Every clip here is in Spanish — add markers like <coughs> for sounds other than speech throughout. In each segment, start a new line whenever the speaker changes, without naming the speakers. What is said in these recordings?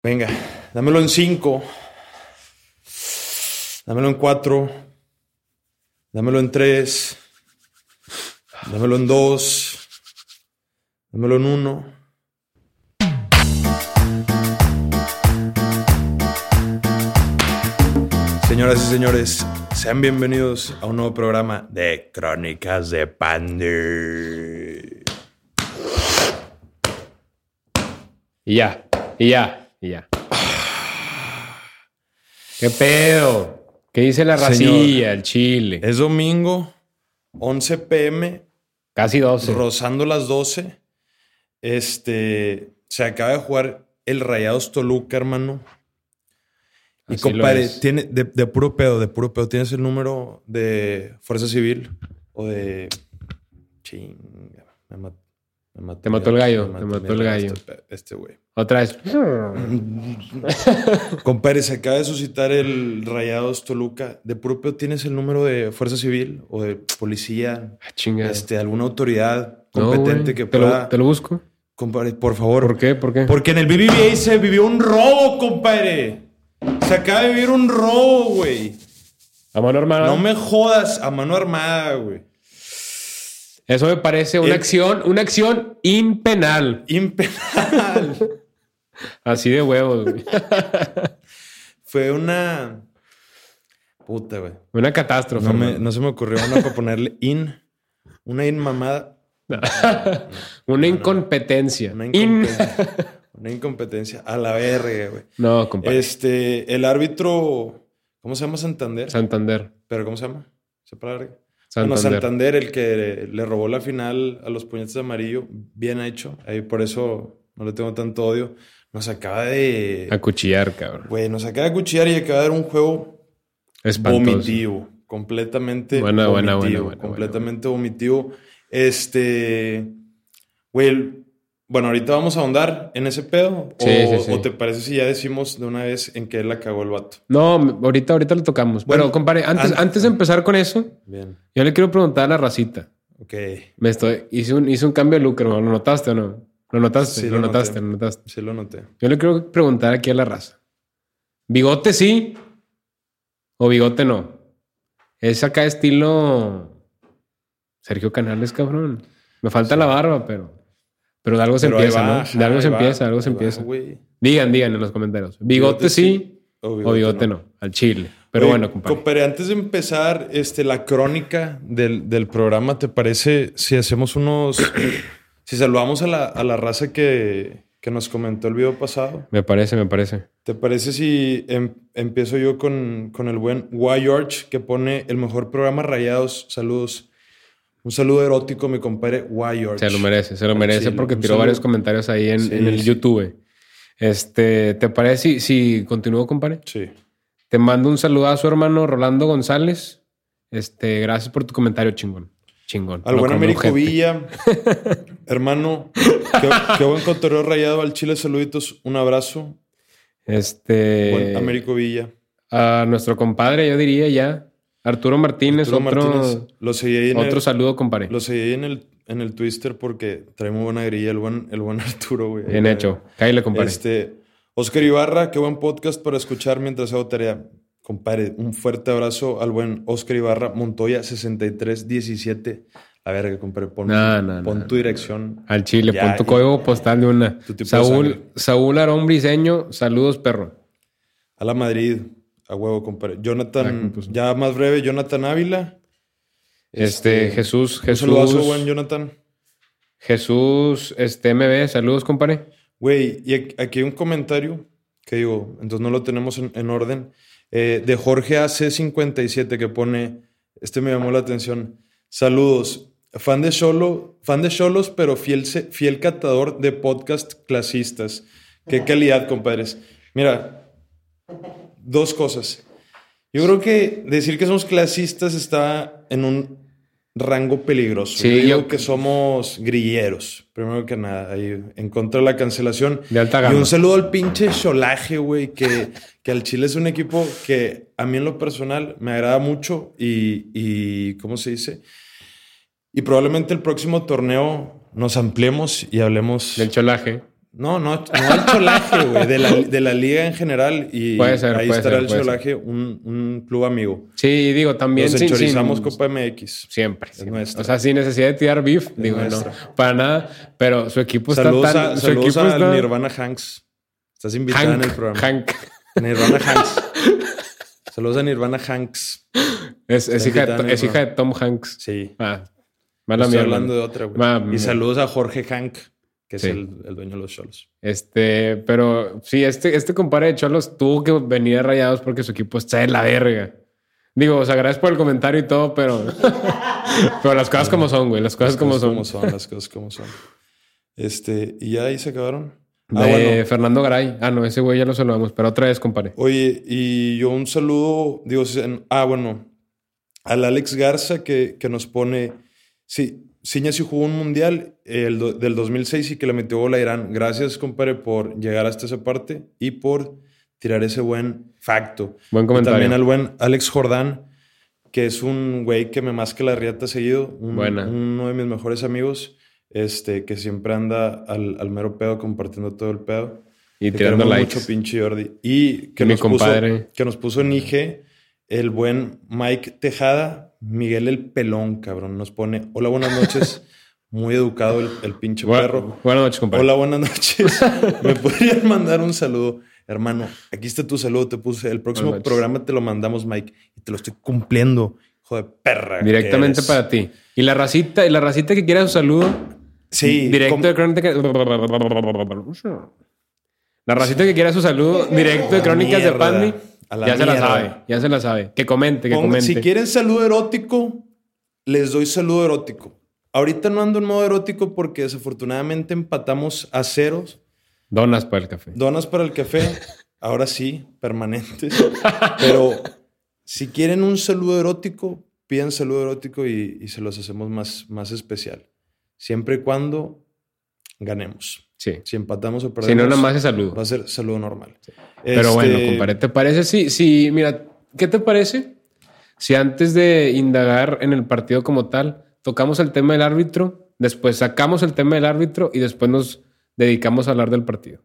Venga, dámelo en cinco. Dámelo en cuatro. Dámelo en tres. Dámelo en dos. Dámelo en uno. Señoras y señores, sean bienvenidos a un nuevo programa de Crónicas de Pandy.
Y ya, y ya, y ya. ¿Qué pedo? ¿Qué dice la
Señor.
racilla, el chile?
Es domingo, 11 pm,
Casi 12.
rozando las 12. Este se acaba de jugar el Rayados Toluca, hermano. Y
Así lo
compadre,
es.
tiene de, de puro pedo, de puro pedo. ¿Tienes el número de Fuerza Civil o de chinga? Me, mat- me mató,
Te mató el gallo, te mató el
mierda
gallo.
este pe- Este güey.
Otra vez. Ah,
Compadre, se acaba de suscitar el Rayados Toluca. ¿De puro pedo tienes el número de Fuerza Civil o de policía?
Ah, chinga.
Este, alguna autoridad
No,
competente
güey.
que
Te lo-
pueda.
Te lo busco.
Compadre, por favor.
¿Por qué? ¿Por qué?
Porque en el BBVA se vivió un robo, compadre. Se acaba de vivir un robo, güey.
A mano armada.
No me jodas a mano armada, güey.
Eso me parece una
El-
acción, una acción impenal.
<laughs> Impenal.
Así de huevos, güey.
Fue una. Puta, güey.
Una catástrofe.
No, me-
hermano.
no se me ocurrió una para ponerle in. Una in mamada.
Una incompetencia.
Una
In-
incompetencia. Una incompetencia. A la verga, güey.
No, compadre.
Este, el árbitro. ¿Cómo se llama Santander?
Santander.
¿Pero cómo se llama? ¿Se para larga? Bueno,
Santander.
Santander, el que le robó la final a los puñetes de amarillo, bien hecho. Ahí por eso no le tengo tanto odio. Nos acaba de.
Acuchillar, cabrón.
Güey, nos acaba de cuchillar y acaba de dar un juego
Espantoso.
vomitivo. Completamente
Buena,
vomitivo.
buena, buena, buena,
completamente vomitivo. Este. Güey, el- bueno, ahorita vamos a ahondar en ese pedo.
Sí,
o,
sí, sí.
o te parece si ya decimos de una vez en que él la cagó el vato?
No, ahorita, ahorita lo tocamos.
Bueno,
Pero, compadre, antes,
an-
antes de empezar con eso,
Bien.
Yo le quiero preguntar a la racita.
Ok.
Me estoy, hice un, hice un cambio de look, hermano. ¿Lo notaste o no? Lo notaste,
Sí,
lo,
lo noté.
notaste, lo notaste.
Sí, lo noté.
Yo le quiero preguntar aquí a la raza. ¿Bigote sí? ¿O bigote no? Es acá estilo Sergio Canales, cabrón. Me falta la barba, pero. Pero de algo se
Pero ahí
empieza,
va,
¿no?
ajá,
De algo se
ahí va,
empieza, de algo se
ahí va,
empieza.
güey.
digan, digan en los comentarios. ¿Bigote,
Bigote
sí
O
o bigote no. Al chile. Pero
Oye,
bueno, compadre.
compadre, antes de empezar este, la crónica del, del programa, ¿te parece si hacemos unos. <coughs> si saludamos a la, a la raza que, que nos comentó el video pasado?
Me parece, me parece.
¿Te parece si em- empiezo yo con, con el buen Y George que pone el mejor programa Rayados? Saludos. Un saludo erótico, mi compadre Y George.
Se lo merece, se lo
Al
merece
chile.
porque
Un
tiró
saludo.
varios comentarios ahí en,
Sí,
en el
sí.
YouTube. Este, ¿te parece si, si continúo, compadre?
Sí.
Te mando un saludo a su hermano Rolando González. Este, gracias por tu comentario, chingón. Chingón.
Al
No
buen
como
Américo
gente. <laughs>
Villa, hermano, qué, qué buen cotorreo rayado al Chile, saluditos, un abrazo,
Este,
buen Américo Villa.
a nuestro compadre, yo diría ya. Arturo Martínez,
Arturo
otro,
Martínez, lo seguí ahí en
otro
el,
saludo, compadre.
lo seguí ahí en el, en el Twister porque trae muy buena grilla el buen, el buen <laughs> Arturo, güey.
Bien hecho. Cáile, compadre.
Este, Oscar Ibarra, qué buen podcast para escuchar mientras hago tarea. Compadre, un fuerte abrazo al buen Oscar Ibarra, Montoya 6317. A ver, compadre, pon,
No, no, no,
pon
no,
tu dirección.
Al chile,
Ya,
pon tu
ya,
código postal de una.
Tu tipo de sangre.
Saúl, Saúl Aarón Briseño, saludos, perro.
A la Madrid. A huevo, compadre.
Ah, ¿qué
Jonathan,
puso?
ya más breve, Jonathan Ávila.
Este,
Este,
Jesús,
Un
Jesús.
saludazo, buen Jonathan.
Jesús, este MB, saludos, compadre.
Güey, y aquí- aquí hay un comentario que digo, entonces no lo tenemos en, en orden, eh, de Jorge AC57 que pone, este me llamó la atención, saludos, fan de Solo, fan de Solos, pero fiel, se- fiel catador de podcast clasistas. Qué calidad, compadres. Mira, dos cosas. Yo creo que decir que somos clasistas está en un rango peligroso.
Sí,
yo digo
yo-
que somos grilleros, primero que nada, ahí, en contra de la cancelación.
De alta
Y
gama.
un saludo al pinche Solaje, güey, que, que al Chile es un equipo que a mí en lo personal me agrada mucho y, y ¿cómo se dice? Y probablemente el próximo torneo nos ampliemos y hablemos
Del cholaje.
No, no, no el cholaje, güey. De la, de la liga en general. Y
Puede ser,
ahí
puede
estará
ser,
el
puede
cholaje, un, un club amigo.
Sí, digo, también
Nos
sin-
enchorizamos
sin-
Copa MX.
Siempre. siempre.
nuestra.
O sea, sin necesidad de tirar beef, digo,
nuestra.
no, para nada. Pero su equipo
saludos
está pues tan.
a,
su
saludos
equipo
a
está-
Nirvana Hanks. Estás invitada
Hank,
en el programa.
Hank.
Nirvana Hanks.
<laughs>
saludos a Nirvana Hanks.
Es, es
Está
hija, de,
invitado en
To-
el
es hija de Tom Hanks.
Sí.
Ah,
No
mala
estoy
mía.
hablando
hermano.
de otra, güey.
Va,
y
mira.
saludos a Jorge Hank, que
Sí.
es el, el dueño de los Cholos.
Este, pero sí, este, este compadre de Cholos tuvo que venir a rayados porque su equipo está en la verga. Digo, o sea, gracias por el comentario y todo, pero. <laughs> pero las cosas como son, güey. Las cosas como
Las
son. Ah,
cosas como son, las cosas como son. Este, y ya ahí se acabaron. Ah,
De
bueno.
eh, Fernando Garay. Ah, no, ese güey ya lo saludamos, pero otra vez, compadre.
Oye, y yo un saludo, digo, si- en- ah, bueno, al Alex Garza que, que nos pone, sí, Ciña sí jugó un mundial eh, el do- del 2006 y que le metió gol a Irán. Gracias, compadre, por llegar hasta esa parte y por tirar ese buen facto.
Buen
Y
comentario.
También al buen Alex Jordán, que es un güey que me más que la riata seguido, un-
Buena.
uno de mis mejores amigos, este, que siempre anda al, al mero pedo compartiendo todo el pedo.
Y
Te
tirando
queremos
likes.
mucho, pinche Jordi. Y que,
Mi
nos
compadre.
Puso, que nos puso en IG el buen Mike Tejada, Miguel el Pelón, cabrón. Nos pone, hola, buenas
<laughs>
noches. Muy educado el, el pinche
Bu-
perro.
Buenas noches, compadre.
Hola, buenas
<laughs>
noches. ¿Me podrían mandar un saludo? Hermano, aquí está tu saludo, te puse. El próximo
Buenas noches.
programa te lo mandamos, Mike. Y te lo estoy cumpliendo, hijo de perra. que
Directamente
eres.
para ti. Y la racita, y la racita que quiera su saludo.
Sí,
Directo
com-
de Crónicas. La racita que quiera su saludo directo de
la
Crónicas de
mierda,
Pandy.
a
Ya
la
se la
mierda.
sabe. Ya se la sabe. Que comente, que
Ponga-
comente.
si quieren saludo erótico, les doy saludo erótico. Ahorita no ando en modo erótico porque desafortunadamente empatamos a ceros.
Donas para el café.
Donas para el
<laughs>
café, ahora sí, permanentes. Pero si quieren un saludo erótico, piden saludo erótico y, y se los hacemos más, más especial. Siempre y cuando ganemos.
Sí.
Si empatamos o
Si
perdemos,
no, nada más es saludo.
va a ser saludo normal.
Pero bueno,
Este,
compadre, ¿te parece? Sí, sí, mira, ¿qué te parece? Si antes de indagar en el partido como tal, tocamos el tema del árbitro, después sacamos el tema del árbitro y después nos dedicamos a hablar del partido.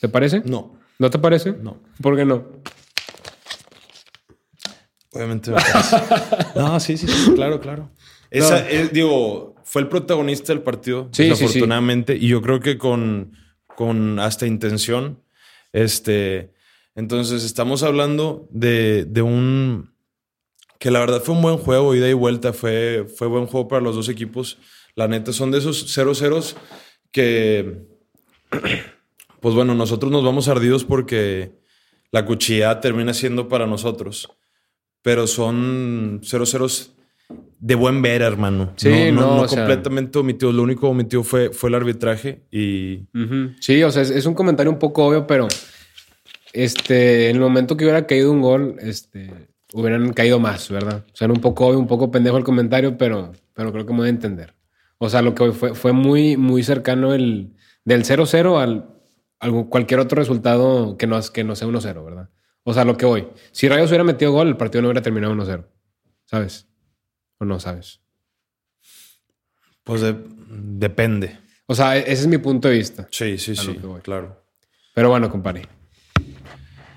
¿Te parece?
No,
¿No te parece?
no.
¿Por qué no?
Obviamente. me parece. <laughs> no, sí, sí, sí, claro, claro. Esa, eh, digo, fue el protagonista del partido,
Sí, sí, sí.
desafortunadamente, y yo creo que con, con hasta intención. Este, entonces, estamos hablando de, de un. que la verdad fue un buen juego, ida y vuelta, fue, fue buen juego para los dos equipos. La neta, son de esos 0-0 que. <clears throat> Pues bueno, nosotros nos vamos ardidos porque la cuchilla termina siendo para nosotros pero son 0-0 de buen ver, hermano.
Sí,
no,
no,
no
o sea-
completamente omitido. Lo único omitido fue, fue el arbitraje y
Ujú. Sí, o sea, es, es un comentario un poco obvio, pero este, en el momento que hubiera caído un gol, este, hubieran caído más, ¿verdad? O sea, era un poco obvio, un poco pendejo el comentario, pero, pero creo que me voy a entender. O sea, lo que fue, fue muy, muy cercano el, del 0-0 al, al cualquier otro resultado que no, que no sea 1-0, ¿verdad? O sea, lo que hoy. Si Rayos hubiera metido gol, el partido no hubiera terminado 1-0. ¿Sabes? ¿O no sabes?
pues de- depende.
O sea, e- ese es mi punto de vista.
Sí, sí,
A
sí,
lo que voy.
claro.
Pero bueno, compadre.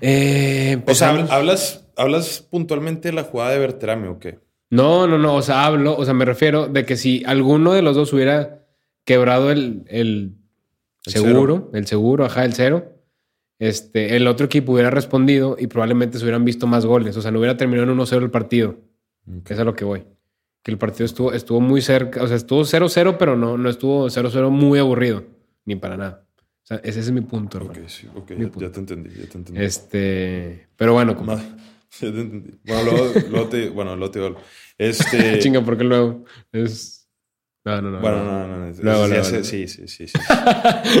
Eh,
O sea,
empezamos.
hablas, hablas puntualmente de la jugada de Berterame o qué?
No, no, no. O sea, hablo, o sea, me refiero de que si alguno de los dos hubiera quebrado el, el
El
seguro, el seguro, ajá, el cero, este, el otro equipo hubiera respondido y probablemente se hubieran visto más goles. O sea, no hubiera terminado en 1-0 el partido. Que es a lo que voy. Que el partido estuvo, estuvo muy cerca, o sea, estuvo 0-0, pero no, no estuvo 0-0 muy aburrido, ni para nada. O sea, ese es mi punto,
Ok,
hermano.
sí, ok,
Mi
ya,
punto. Eh,
ya te entendí, ya te entendí.
Este, pero bueno, compa-
Ma- <laughs> ya te entendí. Bueno, luego, luego te, bueno, luego te digo algo. Este,
Ah, <laughs> Chinga, porque luego es. No, no, no.
bueno,
no.
no, no, no.
Luego,
Ya
luego,
sé-
luego.
sí, sí, sí,
<laughs>
sí.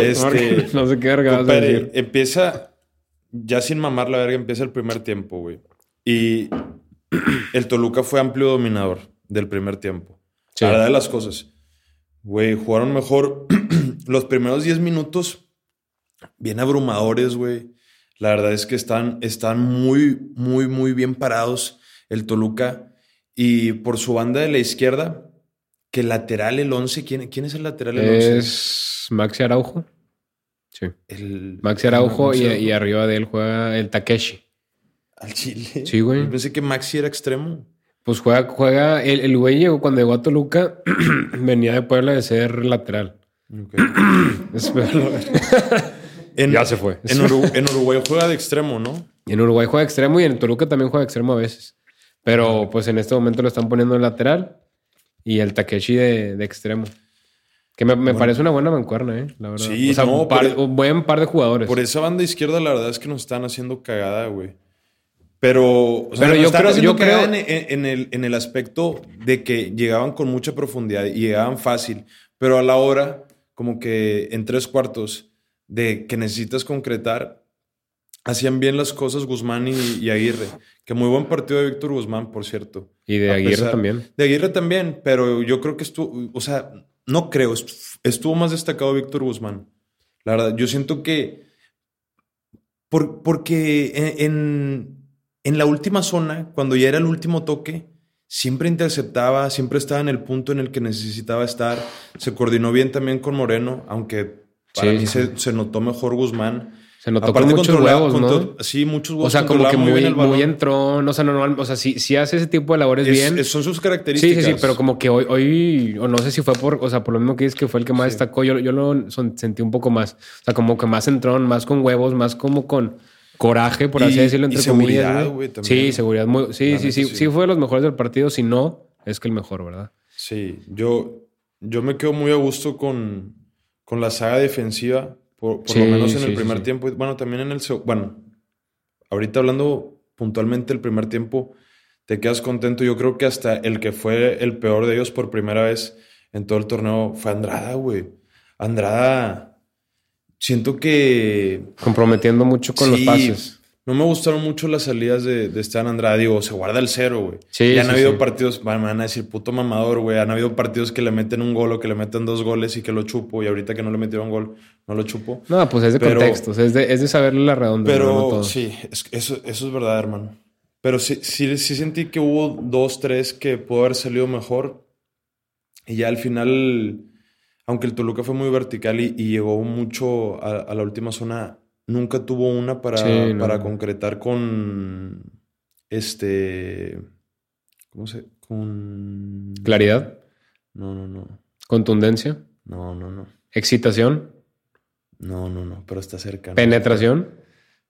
Este,
no sé qué verga vas a
Compadre,
decir.
empieza, ya sin mamar la verga, empieza el primer tiempo, güey. Y <clears throat> el Toluca fue amplio dominador del primer tiempo.
Sí.
La verdad de las cosas. Güey, jugaron mejor <clears throat> los primeros 10 minutos, bien abrumadores, güey. La verdad es que están, están muy, muy, muy bien parados el Toluca. Y por su banda de la izquierda, que lateral el 11, ¿quién, quién es el lateral el 11?
Es Maxi Araujo. Sí.
El,
Maxi Araujo y,
Maxi Araujo.
y arriba de él juega el Takeshi.
Al Chile.
Sí, güey.
Yo pensé que Maxi era extremo.
Pues juega, juega. El, el güey llegó cuando llegó a Toluca, <clears throat> venía de Puebla de ser lateral. Es-
<coughs> En-
Ya se fue.
En, Urugu- en Uruguay juega de extremo, ¿no?
Y en Uruguay juega extremo y en Toluca también juega extremo a veces. Pero pues en este momento lo están poniendo en lateral y el Takeshi de, de extremo. Que me, me parece una buena mancuerna, ¿eh? La verdad.
Sí,
o sea,
no,
un, par-
por-
un buen par de jugadores.
Por esa banda izquierda, la verdad es que nos están haciendo cagada, güey. Pero, o sea,
Pero
nos
yo
están
creo-
haciendo
yo
cagada
creo-
en, en- en el, en el aspecto de que llegaban con mucha profundidad y llegaban fácil, pero a la hora, como que en tres cuartos de que necesitas concretar, hacían bien las cosas Guzmán y, y Aguirre. Que muy buen partido de Víctor Guzmán, por cierto.
y de
a
Aguirre
pesar-
también.
De Aguirre también, pero yo creo que estuvo, o sea, no creo, est- estuvo más destacado Víctor Guzmán. La verdad, yo siento que, por- porque en, en- en la última zona, cuando ya era el último toque, siempre interceptaba, siempre estaba en el punto en el que necesitaba estar, se coordinó bien también con Moreno, aunque para
Sí,
mí
sí.
se, se notó mejor Guzmán.
Se notó con
Aparte
muchos
controla-
huevos, ¿no?
contro- Sí, muchos huevos.
O sea, como
controlaba
que
bien
muy,
el balón.
muy entrón. O sea, normal, o sea si, si hace ese tipo de labores
Es-
bien.
es- son sus
Sí,
características.
sí, sí, pero como que hoy, hoy, o no sé si fue por, o sea, por lo mismo que dices que fue el que más destacó, yo, yo lo son- sentí un poco más, o sea, como que más entrón, más con huevos, más como con coraje, por así
Y-
decirlo,
y
entre
seguridad,
comillas.
güey, también.
sí, seguridad. Muy, sí,
La
sí,
neta,
sí,
sí.
sí, fue de los mejores del partido, si no, es que el mejor, ¿verdad?
Sí, yo, yo me quedo muy a gusto con, con la saga defensiva, por, por lo
Sí,
menos en
sí,
el
sí,
primer
sí.
tiempo. y Bueno, también en el segundo. Bueno, ahorita hablando puntualmente del primer tiempo, te quedas contento. Yo creo que hasta el que fue el peor de ellos por primera vez en todo el torneo fue Andrada, güey. Andrada, siento que
Comprometiendo mucho con
Sí,
los pases.
No me gustaron mucho las salidas de, de Esteban Andrade. Digo, se guarda el cero, güey.
Sí,
y han
sí,
habido
sí.
partidos, van- me van a decir, puto mamador, güey. Han habido partidos que le meten un gol o que le meten dos goles y que lo chupo. Y ahorita que no le metieron gol, no lo chupo.
No, pues es de
pero-
contextos, es de, es de saberle la redonda. ¿no?
Pero
Todo.
sí, es- eso, eso es verdad, hermano. Pero sí, sí, sí sentí que hubo dos, tres que pudo haber salido mejor. Y ya al final, aunque el Toluca fue muy vertical y, y llegó mucho a, a la última zona, nunca tuvo una para,
Sí, no.
para concretar con este. ¿Cómo se? Con.
Claridad,
No, no, no.
contundencia,
No, no, no.
excitación,
No, no, no. Pero está cerca. ¿no?
penetración.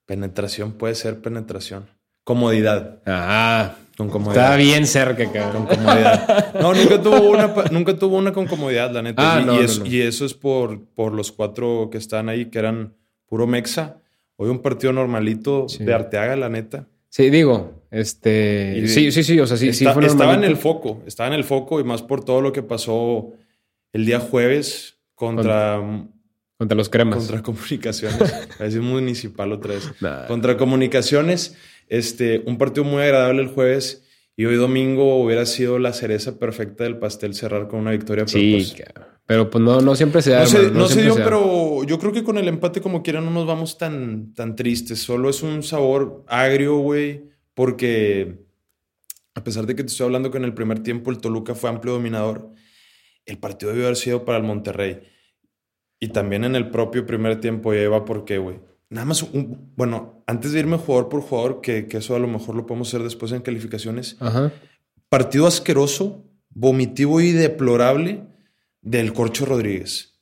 Penetración puede ser penetración. Comodidad.
Ah,
Con comodidad.
está bien cerca, cabrón.
Con comodidad. No, nunca tuvo una, pa- nunca tuvo una con comodidad, la neta.
Ah,
y,
no,
y
no,
eso,
no.
y eso es por, por los cuatro que están ahí, que eran puro mexa. Hoy un partido normalito
Sí.
de Arteaga, la neta.
Sí, digo, este.
Y-
sí, sí, sí, o sea, sí, sí
Está-
fue
estaba en
normalito.
el foco, estaba en el foco y más por todo lo que pasó el día jueves contra,
Contra los cremas.
contra <laughs> comunicaciones. Es municipal otra vez.
Nah.
Contra Comunicaciones, este, un partido muy agradable el jueves y hoy domingo hubiera sido la cereza perfecta del pastel cerrar con una victoria. pero
Sí,
pues,
cabrón. pero pues no, no siempre se da.
no se,
hermano,
no se
siempre
dio,
da.
pero yo creo que con el empate como quiera no nos vamos tan, tan tristes. Solo es un sabor agrio, güey, porque a pesar de que te estoy hablando que en el primer tiempo el Toluca fue amplio dominador, el partido debió haber sido para el Monterrey. Y también en el propio primer tiempo lleva por qué, güey. Nada más, un, bueno, antes de irme jugador por jugador, que, que eso a lo mejor lo podemos hacer después en calificaciones,
Ajá.
partido asqueroso, vomitivo y deplorable del Corcho Rodríguez.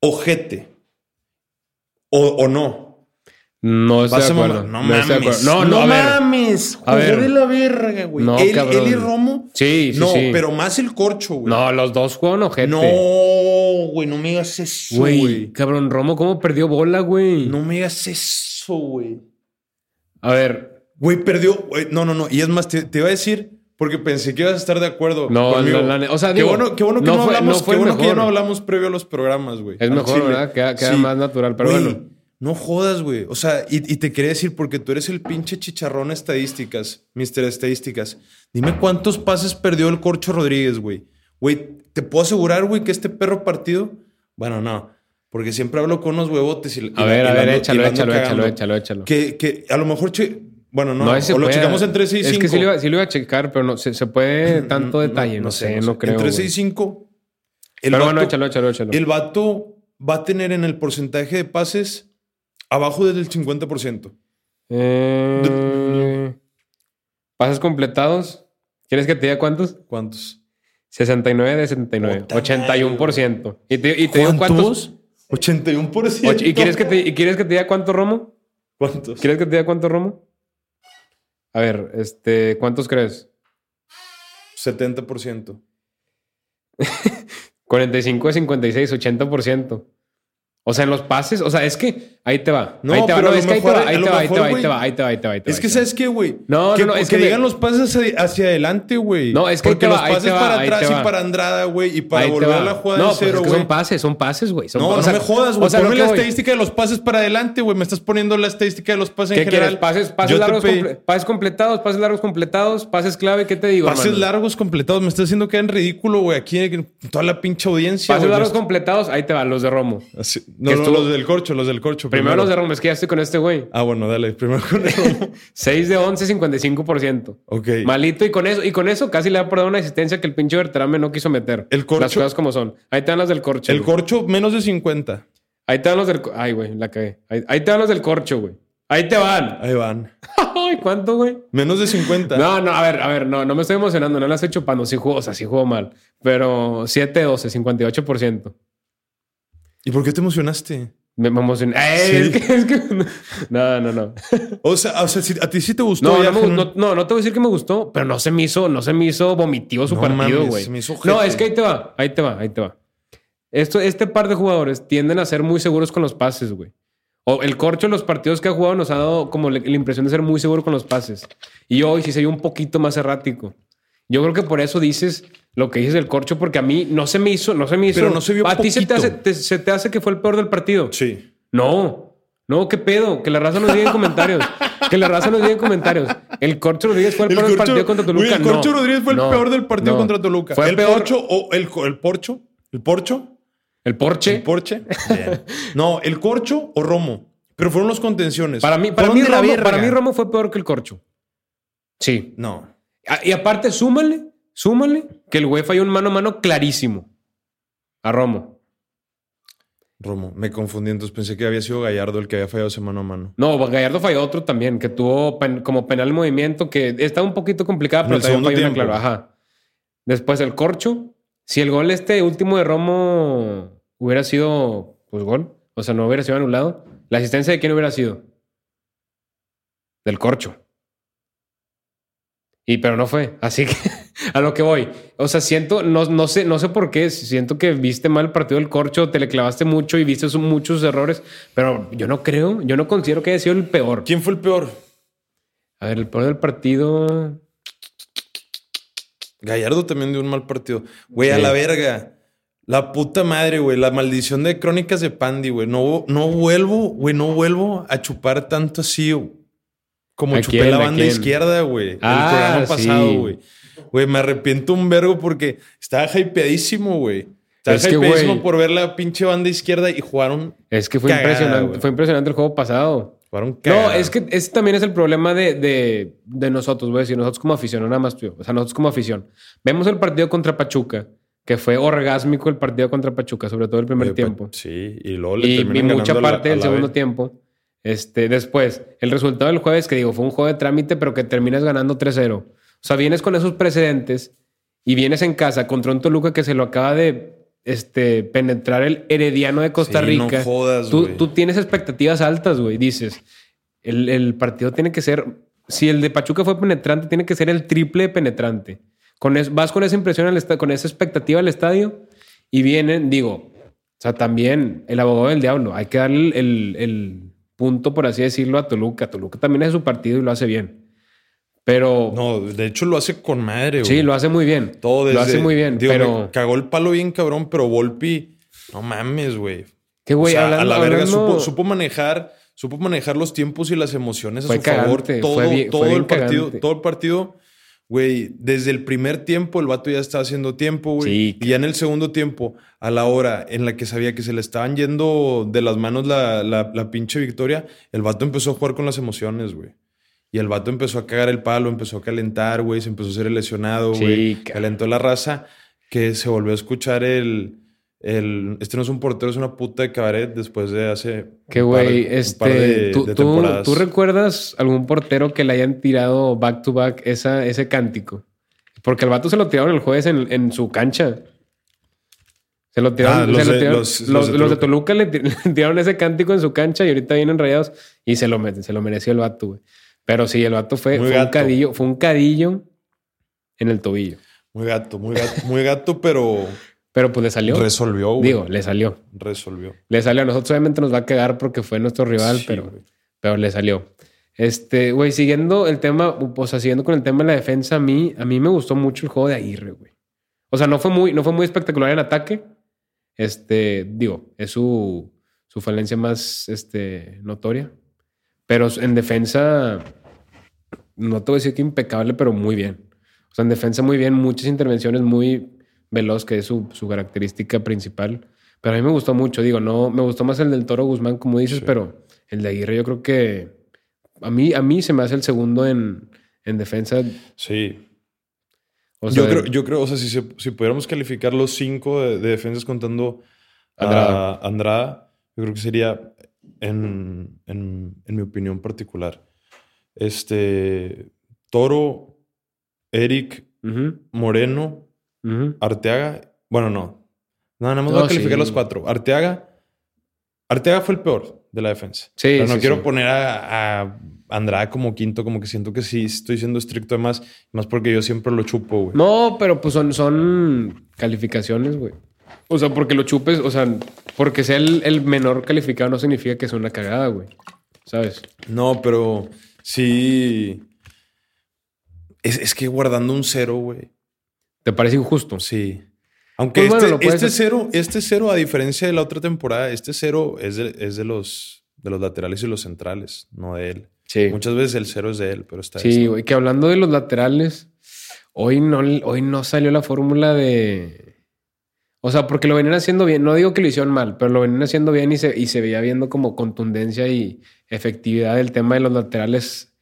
Ojete. O, o no.
No estoy de
Pásame
acuerdo.
ma- no
estoy de
mames.
acuerdo. No, no, a ver.
mames.
A ver.
Jugó de la verga, güey.
No,
él, él
cabrón.
y Romo.
Sí, sí,
no,
sí.
pero más el Corcho, güey.
No, los dos juegan ojete.
No, güey, no me digas eso,
Güey,
güey.
cabrón, Romo, ¿cómo perdió bola, güey?
No me digas eso, güey.
A ver,
Güey, perdió. güey, No, no, no. Y es más, te, te iba a decir, porque pensé que ibas a estar de acuerdo.
No,
conmigo.
no, la ne- o sea,
qué
digo,
bueno, qué bueno que
no
no,
fue-
hablamos,
no fue
qué bueno que ya
mejor.
no hablamos previo a los programas, güey.
es
Al
mejor,
chile.
¿verdad? Queda, queda
Sí.
más natural, pero
Güey,
bueno.
No jodas, güey. O sea, y, y te quería decir, porque tú eres el pinche chicharrón estadísticas, Mister Estadísticas. Dime cuántos pases perdió el Corcho Rodríguez, güey. Güey, te puedo asegurar, güey, que este perro partido. Bueno, no. Porque siempre hablo con unos huevotes y.
A ver, a ver, échalo, échalo, échalo, échalo, échalo.
Que, que a lo mejor. che- Bueno, no.
No, ese
o lo
puede.
checamos en 3 y 5.
Es que sí lo, iba, sí lo iba a checar, pero no se,
<laughs>
se puede tanto detalle. No, sé, no creo.
En 3
güey.
y 5.
Pero bueno, échalo, échalo, échalo.
El vato va a tener en el porcentaje de pases abajo del 50%.
Eh, pases completados. ¿Quieres que te diga cuántos?
¿Cuántos?
69 de 79.
Puta madre,
81%. ¿Y te, y te digo cuántos?
81%.
Och- ¿Y quieres, que te, y quieres que te diga cuánto, Romo?
¿Cuántos?
¿Quieres que te diga cuánto, Romo? A ver, este, ¿cuántos crees?
70%.
45 de 56, 80%. O sea, en los pases, o sea, es que ahí te va.
No,
ahí te va,
pero
no,
a lo
es que ahí te
mejor-
va,
a
ahí
lo
te va, ahí
mejor,
te va, ahí
güey.
te va, ahí te va, ahí te va, ahí te
Es que,
va.
¿sabes qué, güey?
No,
que,
no, no, es
que,
que-
digan los pases hacia, hacia adelante, güey.
No, es que ahí
Porque
te va,
los
ahí te
pases
va,
para
ahí te
atrás
va.
y para Andrada, güey, y para
Ahí te
volver
va.
a la jugada
no,
de
pues
cero,
es que
güey.
son pases, son pases, güey. Son-
no,
o
no
sea,
me jodas, güey.
O sea, lo
Ponme
que
la
voy.
estadística de los pases para adelante, güey. Me estás poniendo la estadística de los pases
¿Qué
en general.
quieres? Pases, pases
Yo te
largos,
pedí
comple- pases completados, pases largos completados, pases clave, ¿qué te digo?
Pases
hermano?
largos completados. Me estás haciendo quedar en ridículo, güey. Aquí en toda la pinche audiencia,
Pases
güey.
largos
Yo-
completados, ahí te va, los de Romo.
Así- No,
que
no,
estuvo-
los del corcho, los del corcho.
Primero los de Romo, es que ya estoy con este güey.
Ah, bueno, dale. Primero con
<laughs>
el...
6 de 11, 55%.
ok.
Malito y con eso, y con eso casi le ha perdido una asistencia que el pinche Berterame no quiso meter.
El corcho-
Las cosas como son. Ahí te dan las del corcho.
El
güey.
corcho, menos de 50.
Ahí te dan los del. co- Ay, güey, la cagué. Ahí, ahí te dan los del corcho, güey. Ahí te van. <laughs>
Ahí van.
Ay, ¿cuánto, güey?
Menos de 50.
No, no, a ver, a ver, no, no me estoy emocionando, no las estoy chupando. Sí jugó, o sea, sí jugó mal. Pero 7 12, 58%.
¿Y por qué te emocionaste?
Me, me emocioné. Ay,
Sí.
es que, es que- No, no, no.
O sea, o sea si- a ti sí te gustó.
No,
ya,
no, me gu-
Genon?
no, no, no te voy a decir que me gustó, pero no se me hizo, no se me hizo vomitivo su
No
partido,
mames,
güey.
se me hizo
No,
ojete.
es que ahí te va, ahí te va, ahí te va. Esto, este par de jugadores tienden a ser muy seguros con los pases, güey. O el corcho en los partidos que ha jugado nos ha dado como le- la impresión de ser muy seguro con los pases. Y hoy sí se vio un poquito más errático. Yo creo que por eso dices lo que dices del corcho, porque a mí no se me hizo, no se me hizo.
Pero no se vio
A ti se te,
poquito.
hace, te- se te hace que fue el peor del partido.
Sí.
No, no, qué pedo. Que la raza nos diga en comentarios. Que la raza nos diga en comentarios. El Corcho Rodríguez fue el, peor del partido contra Toluca.
Güey, el
No,
Corcho Rodríguez fue
no,
el peor del partido
no.
contra Toluca.
Fue el,
el
peor.
Porcho o el, co- el Porcho. ¿El Porcho?
El Porche.
¿El
<laughs>
Porche? Bien. No, el Corcho o Romo. Pero fueron los contenciones.
para mí, para
Fueron
mí,
de la
Romo,
verga.
para mí Romo fue peor que el Corcho. Sí.
No.
A- Y aparte, súmale, súmale que el güey falló un mano a mano clarísimo a Romo.
Romo, me confundí. Entonces pensé que había sido Gallardo el que había fallado ese mano a mano.
No, Gallardo falló otro también, que tuvo pen- como penal en movimiento, que estaba un poquito complicada,
En
pero
el
también
segundo
falló una,
tiempo.
claro. Ajá. Después el corcho. Si el gol este último de Romo hubiera sido, pues gol, o sea, no hubiera sido anulado, ¿la asistencia de quién hubiera sido? Del corcho. Y pero no fue, <laughs> así que a lo que voy. O sea, siento, no, no sé, no sé por qué, siento que viste mal el partido del corcho, te le clavaste mucho y viste su- muchos errores, pero yo no creo, yo no considero que haya sido el peor.
¿Quién fue el peor?
A ver, el peor del partido.
Gallardo también dio un mal partido. Güey, a
Sí.
la verga. La puta madre, güey. La maldición de crónicas de Pandy, güey. No, no vuelvo, güey, no vuelvo a chupar tanto así güey, como
¿A
chupé
quién?
la
¿A
banda
quién?
izquierda, güey.
Ah,
el programa
sí.
pasado, güey. Güey, me arrepiento un vergo porque estaba hypeadísimo, güey. Estaba
Es que,
hypeadísimo
güey.
por ver la pinche banda izquierda y jugaron,
Es que fue
Cagada,
impresionante,
güey.
fue impresionante el juego pasado.
jugaron cagada.
No, es que ese también es el problema de, de- de nosotros, voy a decir, nosotros como afición, no nada más tú. O sea, nosotros como afición. Vemos el partido contra Pachuca, que fue orgásmico el partido contra Pachuca, sobre todo el primer
Güey, pa-
tiempo.
Sí, y luego le
y,
terminan
y
ganando
mucha
a la-
parte
a
del
la
segundo
vez.
tiempo. Este, después, el resultado del jueves, que digo, fue un juego de trámite, pero que terminas ganando 3-0. O sea, vienes con esos precedentes y vienes en casa contra un Toluca que se lo acaba de este, penetrar el herediano de Costa
Sí, no
Rica.
jodas,
tú,
güey.
tú tienes expectativas altas, güey. Dices, el, el partido tiene que ser, si el de Pachuca fue penetrante, tiene que ser el triple de penetrante. Con es- vas con esa impresión, al esta- con esa expectativa al estadio y vienen, digo, o sea, también el abogado del diablo. Hay que darle el, el- el punto, por así decirlo, a Toluca. Toluca también es su partido y lo hace bien. Pero
No, de hecho lo hace con madre, güey.
sí, lo hace muy bien.
Todo desde,
lo hace muy bien.
digo,
pero
me cagó el palo bien cabrón, pero Volpi, no mames, güey.
qué
O
güey,
sea,
hablando-
a la verga
hablando-
supo, supo manejar, supo manejar los tiempos y las emociones a
Fue
su favor.
cagante,
Todo,
fue bien-
todo
fue bien
el partido,
cagante.
todo el partido, güey, desde el primer tiempo el vato ya estaba haciendo tiempo, güey.
Sí.
Y ya en el segundo tiempo, a la hora en la que sabía que se le estaban yendo de las manos la, la- la pinche victoria, el vato empezó a jugar con las emociones, güey. Y el vato empezó a cagar el palo, empezó a calentar, güey, se empezó a ser lesionado,
Sí,
güey.
cabrón.
Calentó la raza que se volvió a escuchar el, el, este no es un portero, es una puta de cabaret después de hace.
Que
un par-
güey,
un
este.
par de-
¿tú,
de
tú-
temporadas.
tú recuerdas algún portero que le hayan tirado back to back esa, ese cántico? Porque el vato se lo tiraron el jueves en, en su cancha. Se lo tiraron.
Ah,
se
los
lo
de-
tiraron-
los-
los,
los de
los de Toluca le, tir- <laughs> le tiraron ese cántico en su cancha y ahorita vienen rayados y se lo, meten- se lo mereció el vato, güey. Pero sí, el vato fue,
Muy
fue un
gato.
cadillo, fue un cadillo en el tobillo.
Muy gato, muy
<laughs>
gato, muy gato, pero
Pero pues le salió.
resolvió, güey.
Digo, le salió.
Resolvió.
Le salió. A nosotros obviamente nos va a quedar porque fue nuestro rival,
Sí,
pero,
güey.
pero le salió. Este, güey, siguiendo el tema, o sea, siguiendo con el tema de la defensa, a mí, a mí me gustó mucho el juego de Aguirre, güey. O sea, no fue muy, no fue muy espectacular en ataque. Este, digo, es su, su falencia más este, notoria. Pero en defensa, no te voy a decir que impecable, pero muy bien. O sea, en defensa muy bien, muchas intervenciones muy veloz, que es su, su característica principal. Pero a mí me gustó mucho, digo, no, me gustó más el del Toro Guzmán, como dices,
Sí.
pero el de Aguirre yo creo que a mí, a mí se me hace el segundo en, en defensa.
Sí.
O
yo,
sea,
creo, yo creo, o sea, si, se- si pudiéramos calificar los cinco de, de defensas contando a Andrada.
Andrada.
yo creo que sería, en, en- en mi opinión particular, este Toro, Eric,
Ujú,
Moreno,
ujú.
Arteaga. Bueno, no. No, nada más
No,
voy a calificar
sí.
los cuatro. Arteaga. Arteaga fue el peor de la defensa.
Sí,
Pero no
sí,
quiero
sí.
poner a, a Andrada como quinto, como que siento que sí estoy siendo estricto además, más porque yo siempre lo chupo, güey.
No, pero pues son, son calificaciones, güey. O sea, porque lo chupes, o sea, porque sea el, el menor calificado no significa que sea una cagada, güey. ¿Sabes?
No, pero sí. Es, es que guardando un cero, güey.
¿Te parece injusto?
Sí. Aunque
Pues bueno,
este,
lo puedes
este
hacer.
cero, este cero, a diferencia de la otra temporada, este cero es de, es de los de los laterales y los centrales, no de él.
Sí.
Muchas veces el cero es de él, pero está
Sí, güey. Que hablando de los laterales, hoy no, hoy no salió la fórmula de. O sea, porque lo venían haciendo bien. No digo que lo hicieron mal, pero lo venían haciendo bien y se, y se veía viendo como contundencia y efectividad del tema de los laterales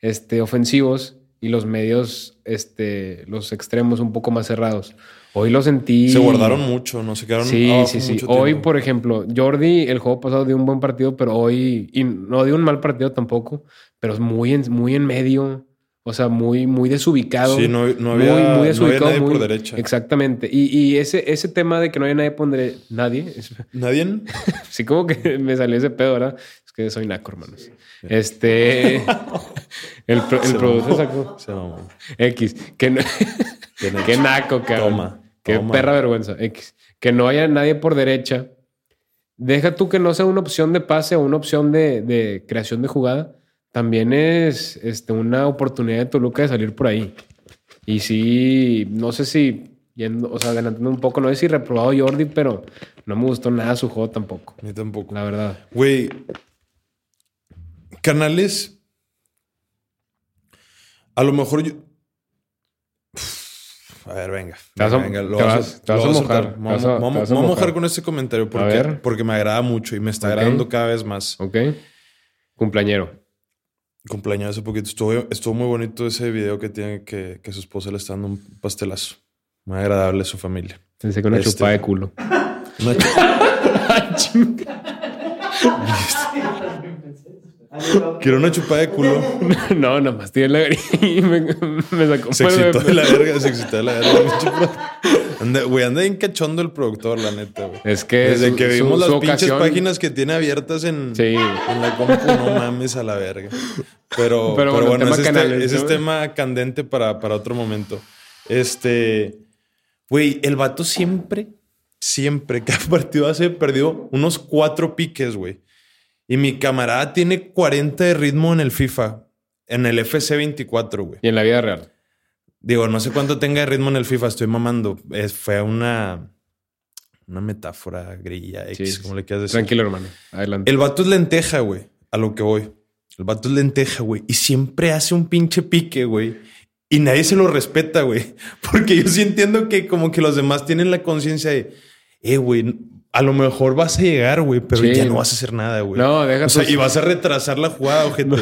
este, ofensivos y los medios, este, los extremos un poco más cerrados. Hoy lo sentí.
Se guardaron mucho, no se quedaron
Sí,
abajo
sí, sí.
oh, mucho
Hoy,
tiempo.
por ejemplo, Jordi, el juego pasado dio un buen partido, pero hoy y no dio un mal partido tampoco, pero es muy en, muy en medio, o sea, muy, muy desubicado.
Sí, no, no había, no había nadie
muy-
por derecha.
Exactamente. Y, y ese, ese tema de que no hay nadie por dere- nadie, es- <laughs>
Nadie. en-
sí, como que <laughs> me salió ese pedo, ¿verdad? Es que soy naco, hermanos.
<laughs>
Este. el pro-
<laughs>
el
Se
productor
mamó.
sacó
Se mamó.
X. Que no. <laughs>
Bien
Qué
hecho.
naco, cabrón.
Toma,
Qué
toma.
perra vergüenza. X. Que no haya nadie por derecha. Deja tú que no sea una opción de pase o una opción de, de creación de jugada. También es este, una oportunidad de Toluca de salir por ahí. Y sí, no sé si, yendo, o sea, adelantando un poco, no sé si reprobado Jordi, pero no me gustó nada su juego tampoco.
Ni tampoco.
La verdad.
Güey. Canales. A lo mejor yo. A ver, venga.
Te vas a-
venga,
te
vas
vas- te vas
lo
a
vas
mojar,
soltar.
te
Me
vas a-
Vamos
te
vamos-
vas a
vamos a mojar
mojar.
con este comentario
A
porque,
ver.
porque me agrada mucho y me está
Ok.
agradando cada vez más.
¿Ok? Cumpleañero.
Cumpleaños hace poquito. Estuvo, estuvo muy bonito ese video que tiene que, que su esposa le está dando un pastelazo. Muy agradable a su familia.
Pensé que una
Este.
chupada de culo.
Una ch- Quiero una chupada de culo.
<laughs> no, nomás tiene la y me, <laughs> me sacó.
Se excitó de la verga, se excitó de la verga. <laughs> Una chupada. Anda, güey, anda bien cachondo el productor, la neta, güey.
Es que
Desde
su-
que
su-
vimos
su
las pinches
ocasión-
páginas que tiene abiertas en,
Sí.
en la compu, no mames a la verga. Pero, pero,
<laughs> Pero
bueno,
bueno, tema
ese, es te-
canales,
ese es
¿no?
tema candente para, para otro momento. Este, güey, el vato siempre, siempre, cada partido hace, perdió unos cuatro piques, güey. Y mi camarada tiene 40 de ritmo en el FIFA, en el FC24, güey.
Y en la vida real.
Digo, no sé cuánto tenga de ritmo en el FIFA, estoy mamando. Es- fue una, una metáfora grilla, X,
Sí, sí.
como le quieras decir.
Tranquilo, hermano. Adelante.
El vato es lenteja, güey, a lo que voy. El vato es lenteja, güey, y siempre hace un pinche pique, güey. Y nadie se lo respeta, güey. <laughs> Porque yo sí entiendo que como que los demás tienen la conciencia de, eh, güey, a lo mejor vas a llegar, güey, pero
Sí.
ya no vas a hacer nada, güey.
No, deja
O sea,
tus-
y vas a retrasar la
<laughs>
jugada, ojete.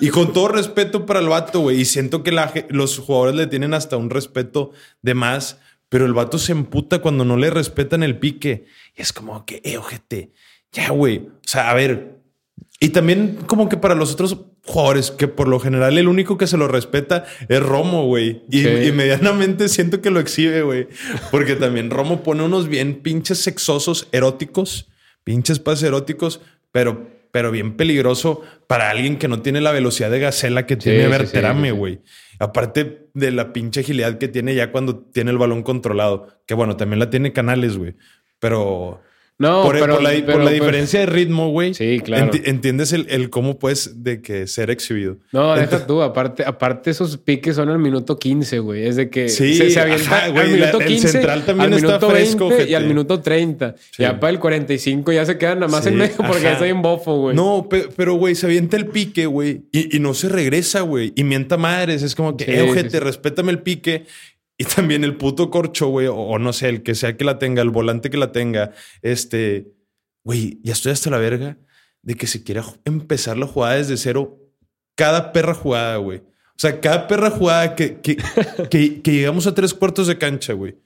Y con todo respeto para el vato, güey. Y siento que la ge- los jugadores le tienen hasta un respeto de más. Pero el vato se emputa cuando no le respetan el pique. Y es como que, eh, ojete, ya, güey. O sea, a ver. Y también como que para los otros jugadores, que por lo general el único que se lo respeta es Romo, güey. Y,
Sí.
<laughs> y medianamente siento que lo exhibe, güey. Porque también Romo pone unos bien pinches sexosos, eróticos, pinches pases eróticos, pero, pero bien peligroso para alguien que no tiene la velocidad de gacela que tiene
sí,
Berterame,
sí, sí.
güey. Aparte de la pinche agilidad que tiene ya cuando tiene el balón controlado, que bueno, también la tiene Canales, güey. Pero
No,
por,
pero,
por la, por
pero- pues,
la
pero-
diferencia de ritmo, güey.
Sí, claro.
enti- entiendes el, el cómo puedes de que ser exhibido.
No,
Ento-
deja tú. Aparte, aparte esos piques son al minuto 15, güey. Es de que
Sí,
se, se avienta
ajá, güey,
al minuto
la- el
15,
central también
al
está
minuto
fresco,
20 y
ojete.
al minuto 30.
Sí.
Ya para el 45 ya se quedan nada más
Sí,
en medio porque
ajá.
ya está bien bofo, güey.
No, pe- pero güey, se avienta el pique, güey, y, y no se regresa, güey, y mienta madres. Es como que,
Sí,
eh,
sí,
ojete,
sí.
respétame el pique. Y también el puto corcho, güey, o, o no sé, el que sea que la tenga, el volante que la tenga. Este, güey, ya estoy hasta la verga de que se quiera ju- empezar la jugada desde cero. Cada perra jugada, güey. O sea, cada perra jugada que,
<laughs>
que, que, que llegamos a tres cuartos de cancha, güey,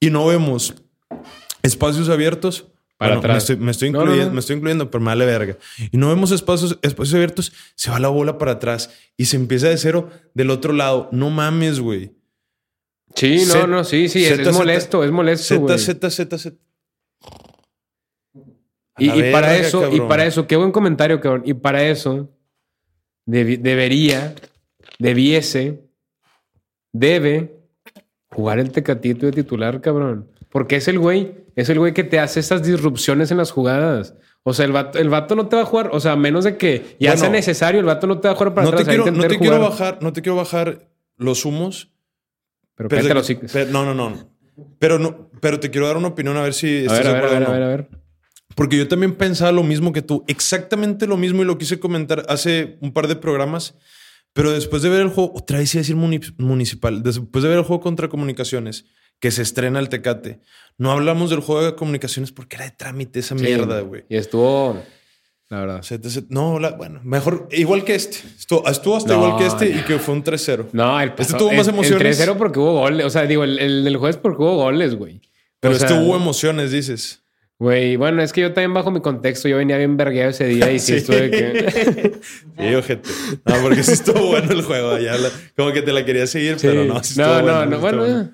y no vemos espacios abiertos.
Para
Bueno,
atrás.
Me estoy, me estoy
No, no,
incluyendo,
no.
me estoy incluyendo, pero me vale verga. Y no vemos espacios, espacios abiertos, se va la bola para atrás y se empieza de cero del otro lado. No mames, güey.
Sí, no,
Z-
no, sí, sí. es-
Z,
es, molesto, es molesto,
Z,
güey.
Z, Z, Z. A
Y,
la
y para
verga,
eso, y
cabrón.
para eso, qué buen comentario, cabrón. Y para eso, debi- debería, debiese, debe jugar el tecatito de titular, cabrón. Porque es el güey, es el güey que te hace estas disrupciones en las jugadas. O sea, el vato, el vato no te va a jugar, o sea, a menos de que ya
Bueno.
sea necesario, el vato no te va a jugar para
No te,
atrás. va a
quiero, no
intentar
te quiero
jugar.
bajar, no te quiero bajar los humos.
Pero,
Pero,
cállate los
te-
hocicos.
pero- no, no, no. Pero no, pero te quiero dar una opinión a ver si
A
estás
ver,
de
a ver, a
acuerdo
ver,
o
a
no.
ver, a ver.
Porque yo también pensaba lo mismo que tú, exactamente lo mismo y lo quise comentar hace un par de programas, pero después de ver el juego, otra vez iba a decir muni- municipal, después de ver el juego contra comunicaciones, que se estrena el Tecate, no hablamos del juego de comunicaciones porque era de trámite esa mierda,
Sí,
güey.
Y estuvo, la verdad.
O sea, entonces, No, la- bueno, mejor, igual que este. Estuvo, estuvo hasta
No,
igual que este
no.
y que fue un 3-0.
No, el
Este tuvo más
el-
emociones.
El 3-0 porque hubo goles. O sea, digo, el, el del jueves porque hubo goles, güey.
pero
O sea,
este hubo emociones, dices.
Güey, bueno, es que yo también bajo mi contexto. Yo venía bien vergueado ese día
<laughs>
y sí, estuve que...
Sí, ojete. No, porque sí estuvo bueno el juego. ya la- como que te la quería seguir, pero
Sí.
no. sí estuvo
no, no,
sí
no.
estuvo
Bueno, eh,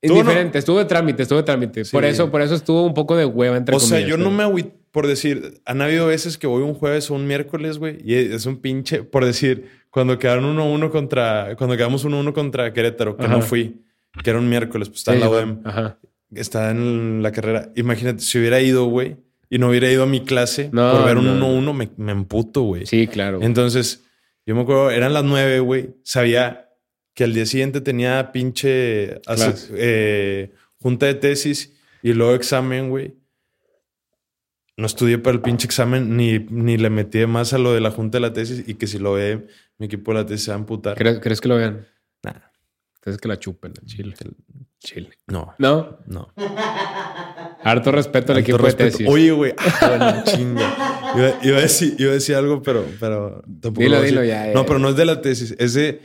Tú no-
indiferente. Estuvo de trámite, estuvo de trámite. Por eso, por eso estuvo un poco de hueva, entre
O sea,
comillas,
yo no
pero-
me agüito por decir, han habido veces que voy un jueves o un miércoles, güey, y e-, es un pinche, por decir, cuando quedaron 1-1 contra, cuando quedamos 1-1 contra Querétaro, que
Ajá.
no fui, que era un miércoles, pues está en
Sí,
la
güey.
UEM,
Ajá.
está en la carrera. Imagínate, si hubiera ido, güey, y no hubiera ido a mi clase
No,
por ver un
no.
1-1, me, me emputo, güey.
Sí, claro.
Entonces, yo me acuerdo, eran las nueve, güey. Sabía que al día siguiente tenía pinche hace-
Clase.
eh, junta de tesis y luego examen, güey. No estudié para el pinche examen ni, ni le metí de más a lo de la junta de la tesis y que si lo ve mi equipo de la tesis se va a amputar.
¿Crees, crees que lo vean?
Nah.
¿Crees que la chupen? al Chile. Chile.
No,
No.
no.
Harto respeto al
Alto
equipo
respeto.
de tesis.
Oye, güey. Ah, bueno, chinga. Iba, iba a decir, iba a decir algo, pero, pero tampoco.
Dilo,
lo voy a decir.
dilo ya, eh.
No, pero no es de la tesis. Es de,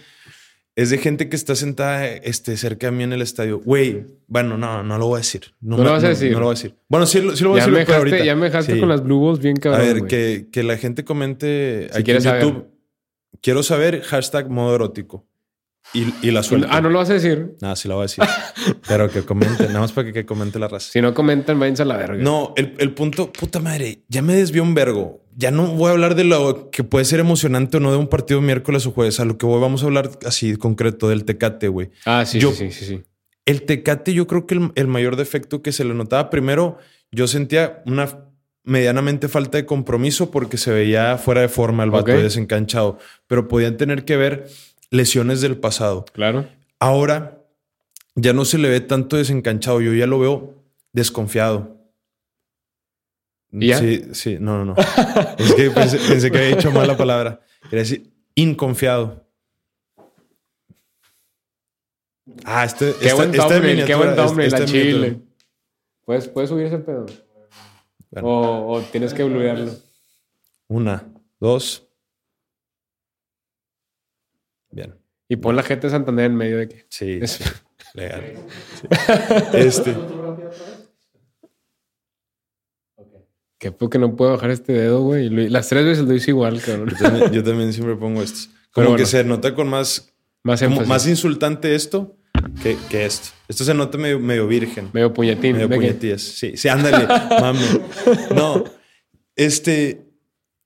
es de gente que está sentada este, cerca de mí en el estadio. Güey, bueno, no, no lo voy a decir.
¿No lo
me-
vas a decir?
No, lo voy a decir. Bueno, sí, lo- sí lo voy
ya,
a decir,
me
pero
dejaste,
ahorita.
ya me dejaste
Sí.
con las Blue Balls bien cabrón.
A ver,
güey.
que, que la gente comente
Si
aquí
quieres
en
saber.
YouTube. Quiero saber hashtag modo erótico. Y, y la suelta.
Ah, no lo vas a decir.
Nada, sí la voy a decir. pero que comenten. Nada más para que, que comente la raza.
Si no comentan, váyanse a la verga.
No, el, el punto, puta madre, ya me desvió un vergo. Ya no voy a hablar de lo que puede ser emocionante o no de un partido miércoles o jueves. A lo que voy, vamos a hablar así concreto del Tecate, güey.
Ah, sí,
Yo-
sí, sí, sí, sí.
El Tecate, yo creo que el, el mayor defecto que se le notaba primero, yo sentía una medianamente falta de compromiso porque se veía fuera de forma el vato
Ok.
desencanchado, pero podían tener que ver lesiones del pasado.
Claro.
Ahora ya no se le ve tanto desencanchado. Yo ya lo veo desconfiado.
¿Y ya?
Sí, sí, no, no, no. es que pensé, pensé que había dicho mal la palabra. Quería decir inconfiado. Ah, este,
Qué
esta-
buen
esta
thumbnail, qué
miniatura,
buen
es-
thumbnail,
esta
la
miniatura.
chile. ¿Puedes, puedes subir ese pedo?
Bueno.
O, o tienes que blurearlo.
Una, dos. Bien.
Y pon la gente de Santander en medio de que... <laughs>
Sí.
Es-
Legal. Sí. Este.
Qué porque no puedo bajar este dedo, güey. Lo- Las tres veces lo hice igual, cabrón.
Yo también, yo también siempre pongo estos. Como
bueno.
que se nota con más,
Más
como
énfasis.
más insultante esto que, que esto. Esto se nota medio, medio virgen.
Medio puñetín.
Medio
¿de qué?
puñetillas. Sí, sí, ándale, mami. No, este,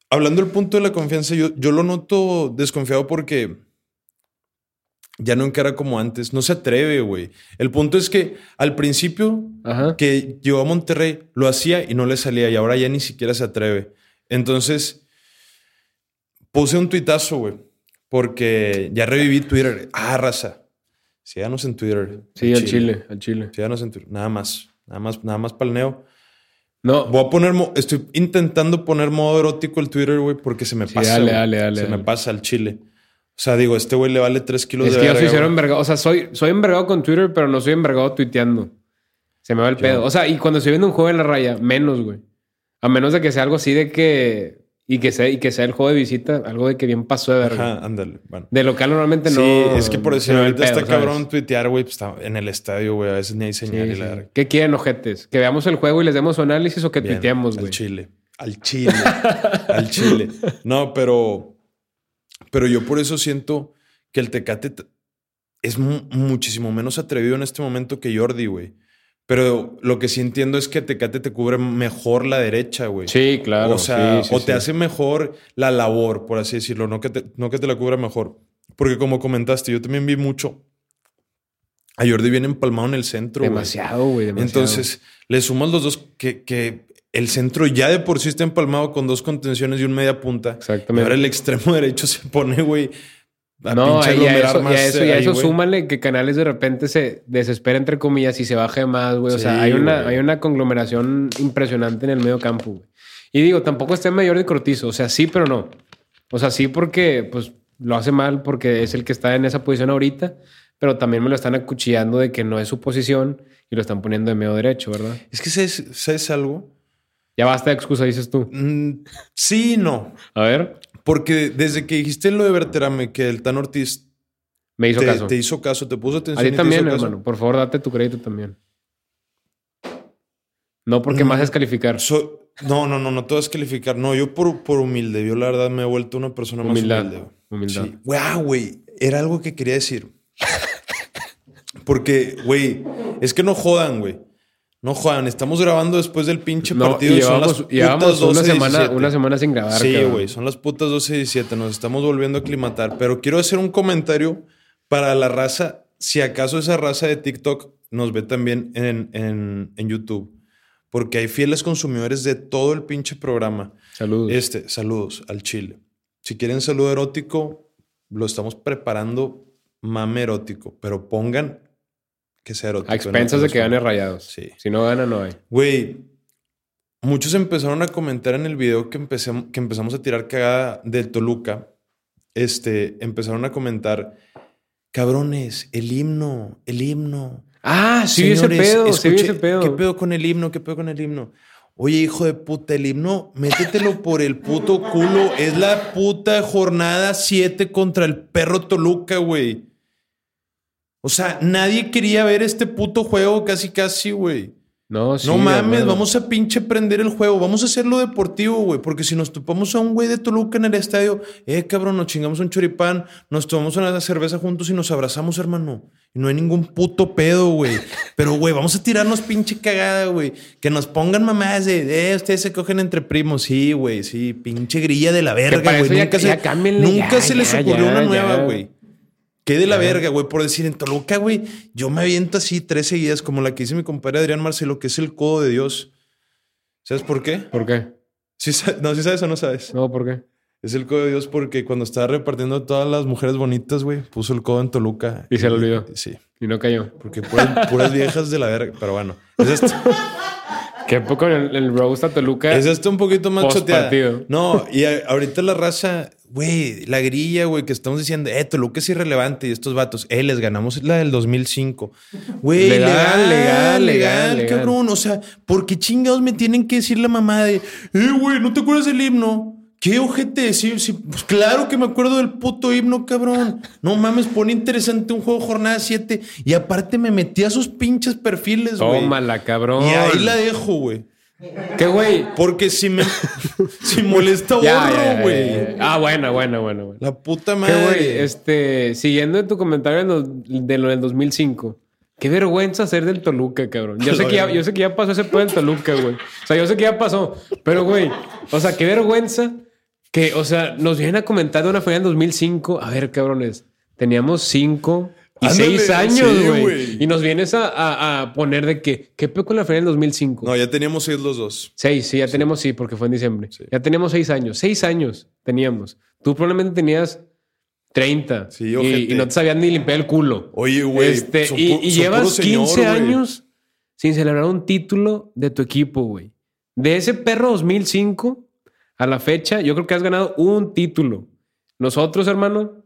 hablando del punto de la confianza, yo, yo lo noto desconfiado porque ya no encara como antes. No se atreve, güey. El punto es que al principio
Ajá.
que llegó a Monterrey, lo hacía y no le salía y ahora ya ni siquiera se atreve. Entonces, puse un tuitazo, güey, porque ya reviví Twitter. Ah, raza. Síganos en Twitter.
Sí, al chile, al chile.
Síganos en Twitter. Nada más. Nada más, nada más palneo.
No,
Voy a poner, mo- estoy intentando poner modo erótico el Twitter, güey, porque se me
Sí,
pasa.
dale,
güey.
dale, dale,
Se
dale.
me pasa al chile. O sea, digo, este güey le vale tres kilos
es
de
que yo soy
verga,
cero
güey.
envergado. O sea, soy, soy envergado con Twitter, pero no soy envergado tuiteando. Se me va el pedo. O sea, y cuando estoy viendo un juego en la raya, menos, güey. A menos de que sea algo así de que. Y que sea, y que sea el juego de visita, algo de que bien pasó de verga.
Ajá, ándale. Bueno.
De local normalmente no.
sí, es que por
se
decir,
me va el
ahorita
pedo,
está
¿sabes?
cabrón tuitear, güey, pues, está en el estadio, güey, a veces ni hay
Sí,
señal y
sí.
la verga.
¿Qué quieren, ojetes? ¿Que veamos el juego y les demos su análisis o que
Bien,
tuiteemos,
Al
güey?
chile. Al chile. al chile. No, pero. Pero yo por eso siento que el Tecate t- es mu- muchísimo menos atrevido en este momento que Jordi, güey. Pero lo que sí entiendo es que Tecate te cubre mejor la derecha, güey.
Sí, claro.
o sea,
sí, sí,
o te
sí.
hace mejor la labor, por así decirlo, no que, te, no que te la cubra mejor. Porque como comentaste, yo también vi mucho. A Jordi viene empalmado en el centro. güey.
Demasiado, güey. demasiado.
Entonces, le sumas los dos que, que el centro ya de por sí está empalmado con dos contenciones y un media punta. Y
Exactamente.
ahora el extremo <laughs> derecho se pone, güey, a
No,
pinche
y a
aglomerar
eso, y
más, eh,
a eso, y a
ahí,
eso
güey.
súmale que Canales de repente se desespera, entre comillas, y se baje más, güey. O sea,
Sí,
hay una,
güey.
hay una conglomeración impresionante en el medio campo, güey. Y digo, tampoco está en mayor de Cortizo. O sea, sí, pero no. O sea, sí porque pues lo hace mal porque es el que está en esa posición ahorita, pero también me lo están acuchillando de que no es su posición y lo están poniendo de medio derecho, ¿verdad?
Es que, ¿sabes, sabes algo?
Ya basta de excusa, dices tú.
Mm, sí y no.
A ver,
Porque desde que dijiste lo de Berterame, que el Tan Ortiz
me hizo
te,
caso.
te hizo caso, te puso
A
atención.
ti
y te
también,
hizo caso.
hermano. Por favor, date tu crédito también. No porque
No.
más descalificar.
So- no, no, no, no te vas a calificar. No, yo por, por humilde, yo la verdad me he vuelto una persona más
Humildad,
humilde. güey.
humildad.
Sí. Güey, ah, güey, era algo que quería decir. Porque, güey, es que no jodan, güey. No jodan, estamos grabando después del pinche
No,
partido
y
y son
llevamos,
las putas
llevamos una,
12:17.
semana, una semana sin grabar.
Sí,
cabrón.
güey, son las putas 12 y 17, nos estamos volviendo a aclimatar. Pero quiero hacer un comentario para la raza, si acaso esa raza de TikTok nos ve también en, en- en YouTube. Porque hay fieles consumidores de todo el pinche programa.
Saludos.
Este, saludos al Chile. Si quieren saludo erótico, lo estamos preparando mame erótico, pero pongan que sea erótico.
a expensas
¿no?
de que gane rayados.
Sí.
Si no gana, no hay.
Güey, muchos empezaron a comentar en el video que, empecem- que empezamos a tirar cagada del Toluca. Este, empezaron a comentar, cabrones, el himno, el himno.
Ah, sí vi ese
Señores,
pedo. sí vi
escuche-
ese pedo.
¿Qué pedo con el himno? ¿Qué pedo con el himno? Oye, hijo de puta, el himno, métetelo por el puto culo. Es la puta jornada 7 contra el perro Toluca, güey. O sea, nadie quería ver este puto juego casi casi, güey.
No, sí,
No mames,
hermano.
vamos a pinche prender el juego, vamos a hacerlo deportivo, güey, porque si nos topamos a un güey de Toluca en el estadio, eh, cabrón, nos chingamos un choripán, nos tomamos una cerveza juntos y nos abrazamos, hermano. Y no hay ningún puto pedo,
<laughs>
güey. Pero, güey, vamos a tirarnos pinche cagada, güey. Que nos pongan mamás de, eh, ustedes se cogen entre primos. Sí, güey, sí, pinche grilla de la verga,
para
güey.
eso ya-
Nunca,
ya
se,
cámbienle,
nunca
ya,
se les
ya,
ocurrió
ya,
una
ya.
nueva, güey. Qué de la verga, güey, por decir en Toluca, güey. Yo me aviento así tres seguidas, como la que hice mi compadre Adrián Marcelo, que es el codo de Dios. ¿Sabes por qué?
¿Por qué?
Sí sa- no, si sabes o no sabes.
No, ¿por qué?
Es el codo de Dios porque cuando estaba repartiendo a todas las mujeres bonitas, güey, puso el codo en Toluca.
Y se le olvidó.
Sí,
Y no cayó.
porque puras, puras viejas de la verga. Pero bueno, es esto.
Qué poco en el, el roast a Toluca.
Esa está un poquito más
Post
choteada.
partido.
No, y a- ahorita la raza, güey, la grilla, güey, que estamos diciendo, eh, Toluca es irrelevante y estos vatos, eh, les ganamos la del 2005. Güey, legal, legal, legal,
legal, legal.
cabrón. O sea, ¿por qué chingados me tienen que decir la mamá de, eh, güey, ¿no te acuerdas del himno? ¿Qué ojete? Sí, sí, pues claro que me acuerdo del puto himno, cabrón. No mames, pone interesante un juego jornada 7. Y aparte me metí a sus pinches perfiles, güey.
Tómala, cabrón.
Y ahí la dejo, güey.
¿Qué, güey?
Porque si
<laughs>
me si molesta
Ya, ya,
borro,
ya,
güey.
ya, ya. Ah, bueno, bueno, bueno, bueno.
La puta
¿Qué, güey?
madre.
Este, siguiendo en tu comentario en los- de lo del 2005. Qué vergüenza ser del Toluca, cabrón. Yo
<laughs>
sé, que ya, yo sé que ya pasó ese pedo del Toluca, güey. O sea, yo sé que ya pasó. Pero, güey, o sea, qué vergüenza que, o sea, nos vienen a comentar de una feria en 2005. A ver, cabrones, teníamos cinco y
Ándale,
seis
sí,
años, güey.
güey.
y nos vienes a, a- a poner de que, ¿qué pedo con la feria en 2005?
No, ya teníamos seis los dos.
Seis, sí, ya tenemos, sí, porque fue en diciembre. Ya tenemos seis años. Seis años teníamos. Tú probablemente tenías 30
Sí, ojete.
y, y no te sabías ni limpiar el culo.
Oye, güey.
Este,
son
y,
pu- son
y
puro
llevas
señor,
15
güey.
años sin celebrar un título de tu equipo, güey. De ese perro 2005 a la fecha, yo creo que has ganado un título. Nosotros, hermano,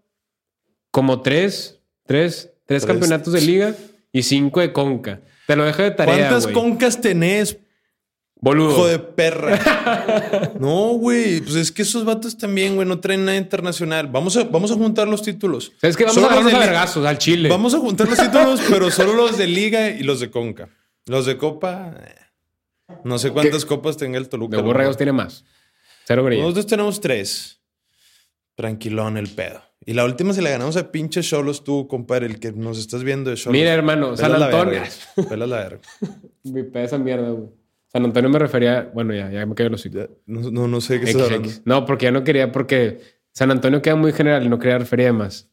como tres, tres, tres
Tres.
campeonatos de liga y cinco de conca. Te lo dejo de tarea,
¿Cuántas
güey.
concas tenés,
Boludo.
hijo de perra?
<laughs>
no, güey. Pues es que esos vatos también, güey, no traen nada internacional. Vamos a, vamos a juntar los títulos.
Es que vamos
Solo
a
los
darnos
de
a
li-
vergazos al Chile.
Vamos a juntar los títulos,
<laughs>
pero solo los de Liga y los de Conca. Los de Copa, eh, no sé cuántas copas tenga el Toluca.
De Borregos tiene más. Cero brilla.
Nosotros tenemos tres. Tranquilón el pedo. Y la última se la ganamos a pinche Cholos tú, compadre, el que nos estás viendo de Cholos.
Mira, hermano,
Pelas
San
la
Antonio.
verga, pelas la verga.
Mi peda esa mierda, güey. San Antonio me refería. Bueno, ya, ya me cayó los hocico.
Ya, No, no, no sé de qué
X,
estás hablando.
X. No, porque ya no quería, porque San Antonio queda muy general y no quería referir a más.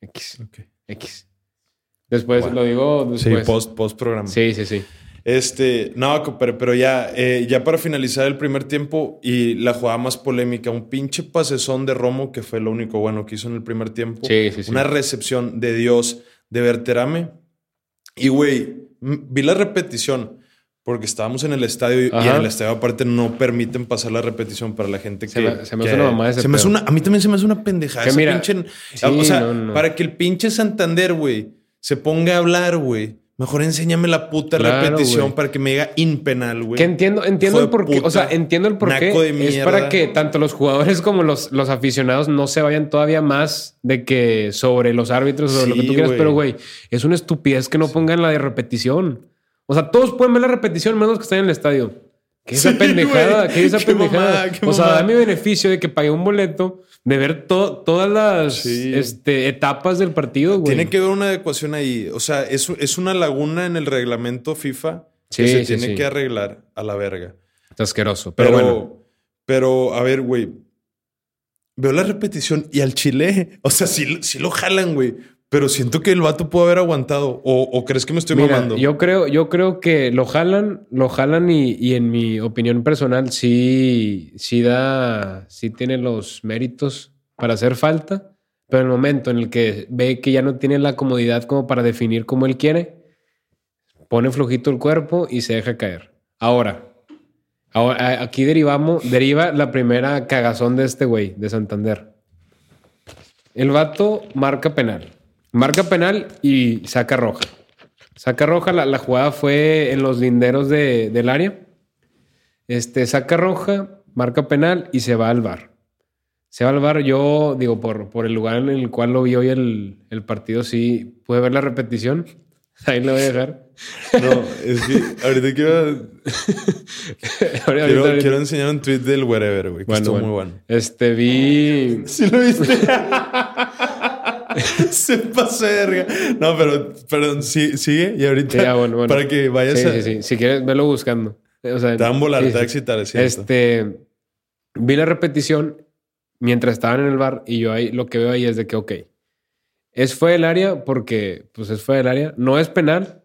X,
Ok.
X. Después
Bueno.
lo digo
Sí,
después.
post, post programa.
pues. Sí, sí, sí.
Este, no, compadre, pero ya, eh, ya para finalizar el primer tiempo y la jugada más polémica, un pinche pasezón de Romo, que fue lo único bueno que hizo en el primer tiempo.
Sí, sí, sí.
Una recepción de Dios de Berterame. Y, güey, m- vi la repetición, porque estábamos en el estadio y- y
Ajá.
en el estadio aparte no permiten pasar la repetición para la gente
Se
que...
me- se me
que-
hace una mamada ese
se me hace
pedo.
una- A mí también se me hace una pendejada.
Que
esa
mira,
pinche-
sí,
o sea,
no, no.
para que el pinche Santander, güey, se ponga a hablar, güey. Mejor enséñame la puta
Claro,
repetición
güey.
para que me diga impenal, güey.
Que entiendo, entiendo
Hijo
el
de
porqué.
puta.
O sea, entiendo el porqué.
Naco de
es
mierda.
para que tanto los jugadores <laughs> como los, los aficionados no se vayan todavía más de que sobre los árbitros, sobre lo que
Sí,
tú quieras.
güey.
Pero, güey, es una estupidez que no pongan la de repetición. O sea, todos pueden ver la repetición menos los que están en el estadio. ¿Qué es esa
Sí,
pendejada?
güey.
¿Qué es
<laughs>
esa
Qué
pendejada?
mamada, qué
o sea,
mamada.
da mi beneficio de que pagué un boleto de ver to- todas las
Sí.
este, etapas del partido, güey.
Tiene que haber una adecuación ahí. O sea, es, es una laguna en el reglamento FIFA que
Sí,
se
sí,
tiene
sí.
que arreglar a la verga.
Está asqueroso.
Pero,
Pero,
pero,
bueno.
a ver, güey. Veo la repetición y al chile, <laughs> o sea, sí, sí lo jalan, güey. Pero siento que el vato pudo haber aguantado. ¿O, o crees que me estoy
Mira,
mamando?
Yo creo, yo creo que lo jalan, lo jalan y, y en mi opinión personal sí, sí da, sí tiene los méritos para hacer falta, pero en el momento en el que ve que ya no tiene la comodidad como para definir como él quiere, pone flojito el cuerpo y se deja caer. Ahora, ahora a- aquí derivamos, deriva la primera cagazón de este güey, de Santander. El vato marca penal. Marca penal y saca roja. Saca roja, la, la jugada fue en los linderos de- del área. Este, saca roja, marca penal y se va al bar. Se va al bar, yo digo, por, por el lugar en el cual lo vi hoy el, el partido, sí, pude ver la repetición. <laughs> Ahí lo voy a dejar. <laughs>
No, es que ahorita quiero,
Ahorita-
quiero,
ahorita-
quiero enseñar un tweet del wherever, güey, que
Bueno,
estuvo
bueno.
muy bueno. <laughs>
Este, vi...
¿Sí lo viste? <laughs> Se pasó de verga. No, pero, perdón, sí- sigue y ahorita
Sí, ah, bueno, bueno.
para que vayas
Sí,
a...
sí, sí. Si quieres, velo buscando. O sea,
Te van a volar,
sí,
te va a
sí.
excitar, es cierto.
Este, vi la repetición mientras estaban en el bar y yo ahí lo que veo ahí es de que, ok, es fue del área porque, pues es fue del área. No es penal,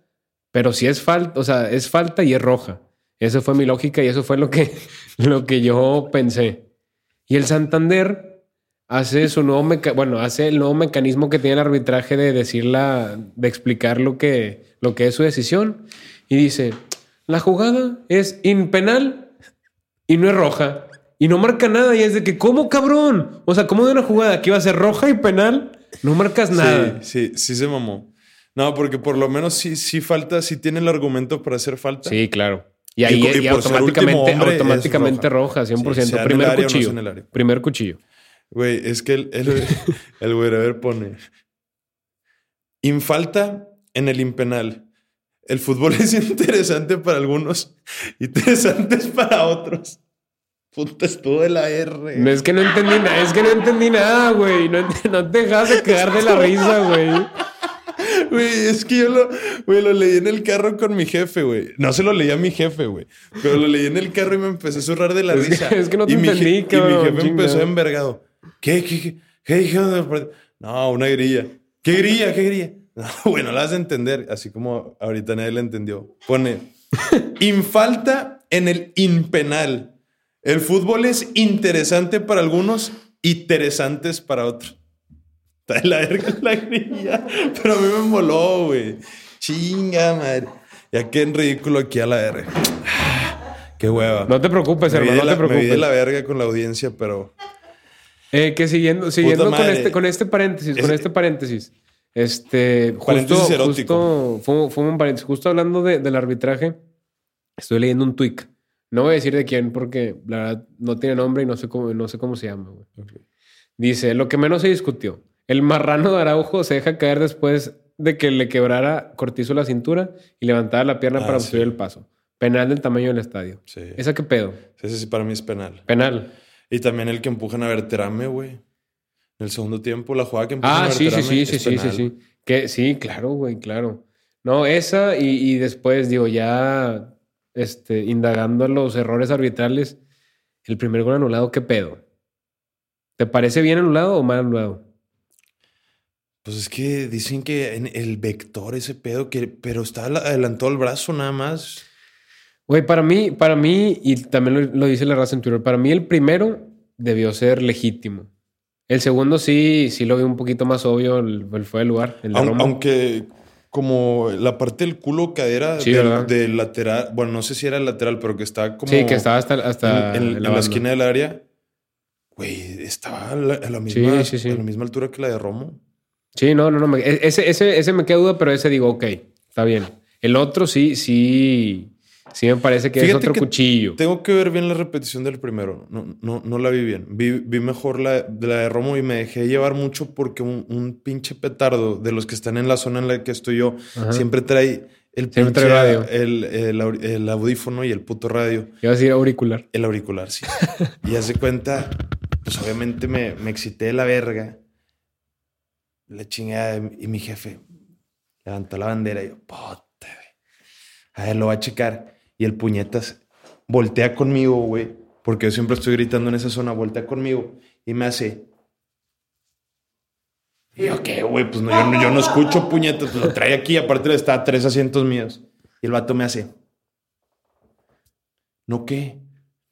pero sí es falta, o sea, es falta y es roja. Esa fue mi lógica y eso fue lo que, <laughs> lo que yo pensé. Y el Santander hace su nuevo meca- bueno, hace el nuevo mecanismo que tiene el arbitraje de decirla, de explicar lo que, lo que es su decisión. Y dice: La jugada es impenal y no es roja. Y no marca nada. Y es de que, ¿cómo cabrón? O sea, ¿cómo de una jugada que iba a ser roja y penal? No marcas nada.
Sí, sí, sí se mamó. No, porque por lo menos sí, sí falta, sí tiene el argumento para hacer falta.
claro. Y ahí
Y co- y
y
por ser último
automáticamente,
hombre, es
automáticamente roja. 100%.
Sí, sea en
primer
el área o no
cuchillo.
sea en el área.
primer cuchillo.
Güey, es que el, el, <laughs> el güey, a ver, pone. Infalta en el impenal. El fútbol <laughs> es interesante para algunos, interesante es para otros. Puta, estuvo de la R.
No, es que no entendí nada, es que no entendí nada, güey. No, ent- <laughs> no te dejas de quedar de la risa, güey.
Güey, es que yo lo, güey, lo leí en el carro con mi jefe, güey. No se lo leí a mi jefe, güey. Pero lo leí en el carro y me empecé a zurrar de la
Es que-
risa.
es que no te
y mi je-
entendí,
Y mi
cabrón,
jefe empezó
chinga.
envergado. ¿Qué, qué, qué? ¿Qué dijeron de la parte? No, una grilla. ¿Qué grilla? ¿Qué grilla? <laughs> No, bueno, la vas a entender. Así como ahorita nadie la entendió. Pone, <laughs> infalta en el impenal. El fútbol es interesante para algunos, interesantes para otros. Está de la verga la grilla. Pero a mí me moló, güey. Chinga, madre. Ya que en ridículo aquí a la R. Qué hueva.
No te preocupes,
me vi,
hermano,
de
no
la,
te
me vi de
preocupes.
la verga con la audiencia, pero.
Eh, que siguiendo, siguiendo con
madre.
este, con este paréntesis, con
Ese-
este paréntesis. Este,
Paréntesis
justo,
erótico.
justo, fue, fue un paréntesis. Justo hablando de- del arbitraje, estoy leyendo un tweet. No voy a decir de quién porque la verdad no tiene nombre y no sé cómo, no sé cómo se llama. güey. Dice, lo que menos se discutió. El marrano de Araujo se deja caer después de que le quebrara Cortizo la cintura y levantara la pierna
Ah,
para
sí.
obstruir el paso. Penal del tamaño del estadio.
Sí.
¿Esa qué pedo?
Ese sí para mí es penal.
Penal.
Y también el que empujan a Verterame, güey. En el segundo tiempo, la jugada que empujan a
Ah, sí, sí,
Berterame
sí,
es
sí, sí, sí,
penal.
sí. Que sí, claro, güey, claro. No, esa y, y después, digo, ya este, indagando los errores arbitrales, el primer gol anulado, ¿qué pedo? ¿Te parece bien anulado o mal anulado?
Pues es que dicen que en el vector, ese pedo, que, pero está ala- adelantado el brazo nada más.
Güey, para mí, para mí, y también lo, lo dice la raza en Twitter, para mí el primero debió ser legítimo. El segundo sí, sí lo vi un poquito más obvio, el, el fue el lugar, el de
Aun-
Romo.
aunque como la parte del culo cadera
Sí,
del,
¿verdad?
del lateral, bueno, no sé si era lateral, pero que está como
sí, que estaba hasta,
en,
hasta
en- en la,
banda.
esquina del área. Güey, estaba a la, a la misma,
sí, sí.
a la misma altura que la de Romo.
Sí, no, no, no. me- e- Ese, ese, ese me queda duda, pero ese digo, ok, está bien. El otro sí, sí, sí me parece que es
Fíjate
otro
que
cuchillo.
Tengo que ver bien la repetición del primero. No, no, no la vi bien. Vi, vi mejor la, de la de Romo y me dejé llevar mucho porque un, un pinche petardo de los que están en la zona en la que estoy yo
Ajá.
siempre trae el
Siempre
pinche
trae radio.
El, el au- el audífono y el puto radio.
Iba a decir auricular.
El auricular, sí. y hace cuenta, pues obviamente me, me excité de la verga. La chingada. de- Y mi jefe levantó la bandera y yo, puta, güey. A ver, lo va a checar. Y el puñetas voltea conmigo, güey. Porque yo siempre estoy gritando en esa zona, voltea conmigo. Y me hace. Y yo, ¿qué, güey? Pues no, yo, no- yo no escucho puñetas. Pues lo trae aquí. Aparte, le está a tres asientos míos. Y el vato me hace. ¿No qué?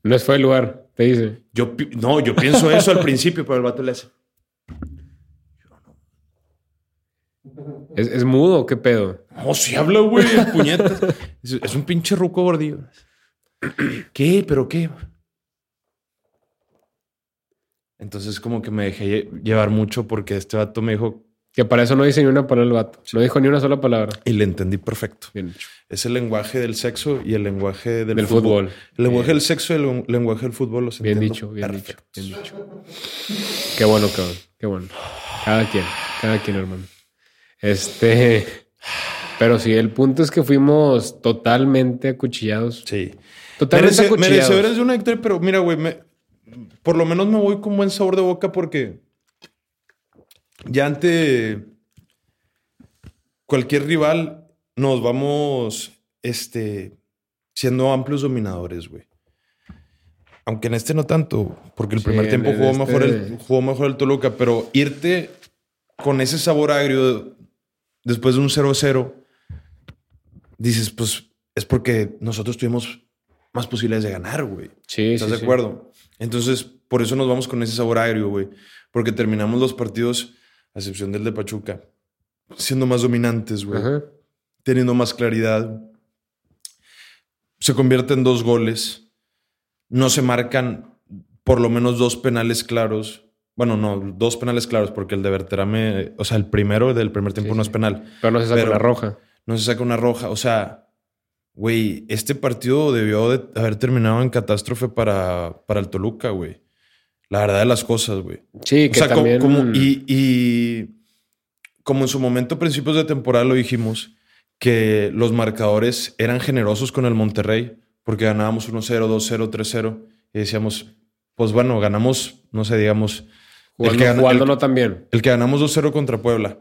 No es fue el lugar, te dice.
Yo, pi- no, yo pienso eso al principio, pero el vato le hace.
¿Es, es mudo o qué pedo?
No, si habla, güey, el puñetas. Es, es un pinche ruco gordillo. <clears throat> ¿Qué? ¿Pero qué? Entonces, como que me dejé lle- llevar mucho porque este vato me dijo
Que para eso no dice ni una palabra el vato. No dijo ni una sola palabra.
y le entendí perfecto.
Bien hecho.
Es el lenguaje del sexo y el lenguaje del,
Del fútbol.
El lenguaje del sexo y el len- lenguaje del fútbol. Los
Bien
entiendo
dicho, bien
perfecto.
dicho, bien dicho. Qué bueno, cabrón. Qué bueno. Cada quien, cada quien, hermano. Este. <laughs> Pero sí, el punto es que fuimos totalmente acuchillados.
Sí.
Totalmente
Merece,
acuchillados.
merecedores de una victoria, pero mira, güey, me- por lo menos me voy con buen sabor de boca porque ya ante cualquier rival nos vamos este, siendo amplios dominadores, güey. Aunque en este no tanto, porque el
Sí,
primer
en-
tiempo
en
jugó,
este-
mejor el, jugó mejor el Toluca, pero irte con ese sabor agrio después de un 0-0 dices, pues es porque nosotros tuvimos más posibilidades de ganar, güey.
Sí,
¿Estás
sí,
de
sí.
acuerdo? Entonces, por eso nos vamos con ese sabor agrio, güey. Porque terminamos los partidos, a excepción del de Pachuca, siendo más dominantes, güey.
Ajá.
Teniendo más claridad. Se convierte en dos goles. No se marcan por lo menos dos penales claros. Bueno, no, dos penales claros, porque el de Berterame, o sea, el primero del primer tiempo
Sí,
no
sí.
es penal.
Pero no se sacó
Pero-
la roja.
No se saca una roja. O sea, güey, este partido debió de haber terminado en catástrofe para, para el Toluca, güey. La verdad de las cosas, güey.
Sí,
O
que
sea, co-
también...
como, y, y como en su momento, a principios de temporada, lo dijimos, que los marcadores eran generosos con el Monterrey, porque ganábamos 1-0, 2-0, 3-0, y decíamos, pues bueno, ganamos, no sé, digamos,
jugando,
el que gana- el-
jugándolo también.
el que ganamos 2-0 contra Puebla,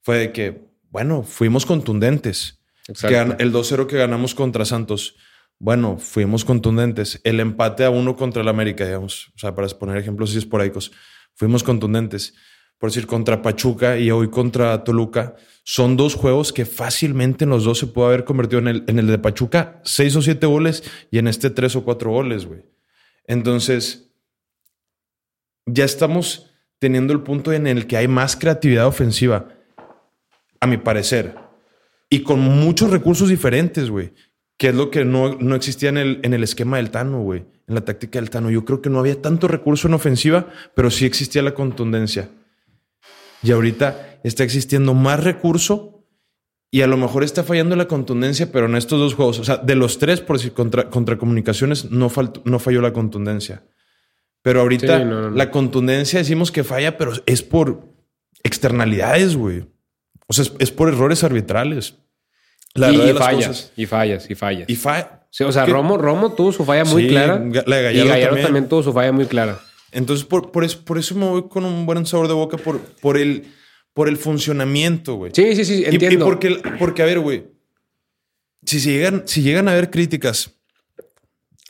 fue de que, bueno, fuimos contundentes.
Exacto.
Que gan- el 2-0 que ganamos contra Santos, bueno, fuimos contundentes. El empate a uno contra el América, digamos, o sea, para poner ejemplos así esporádicos, fuimos contundentes. Por decir, contra Pachuca y hoy contra Toluca, son dos juegos que fácilmente en los dos se puede haber convertido en el, en el de Pachuca, seis o siete goles y en este tres o cuatro goles, güey. Entonces, ya estamos teniendo el punto en el que hay más creatividad ofensiva, a mi parecer, y con muchos recursos diferentes, güey, que es lo que no, no existía en el, en el esquema del Tano, güey, en la táctica del Tano. Yo creo que no había tanto recurso en ofensiva, pero sí existía la contundencia. Y ahorita está existiendo más recurso y a lo mejor está fallando la contundencia, pero en estos dos juegos, o sea, de los tres, por decir, contra, contra comunicaciones, no, faltó- no falló la contundencia. Pero ahorita
Sí, no, no, no.
la contundencia decimos que falla, pero es por externalidades, güey. O sea, es, es por errores arbitrales. La
y,
verdad
y
de las
fallas,
cosas.
y fallas, y fallas,
Y fa-
Sí, o sea,
¿Qué?
Romo, Romo tuvo su falla muy
Sí,
clara.
Ga- la de
y
Gallardo
Gallardo también.
también.
tuvo su falla muy clara.
Entonces, por, por, eso, por eso me voy con un buen sabor de boca por, por, el, por el funcionamiento, güey.
Sí, sí, sí,
Y-
entiendo.
Y, porque, porque, a ver, güey, si, se llegan, si llegan a haber críticas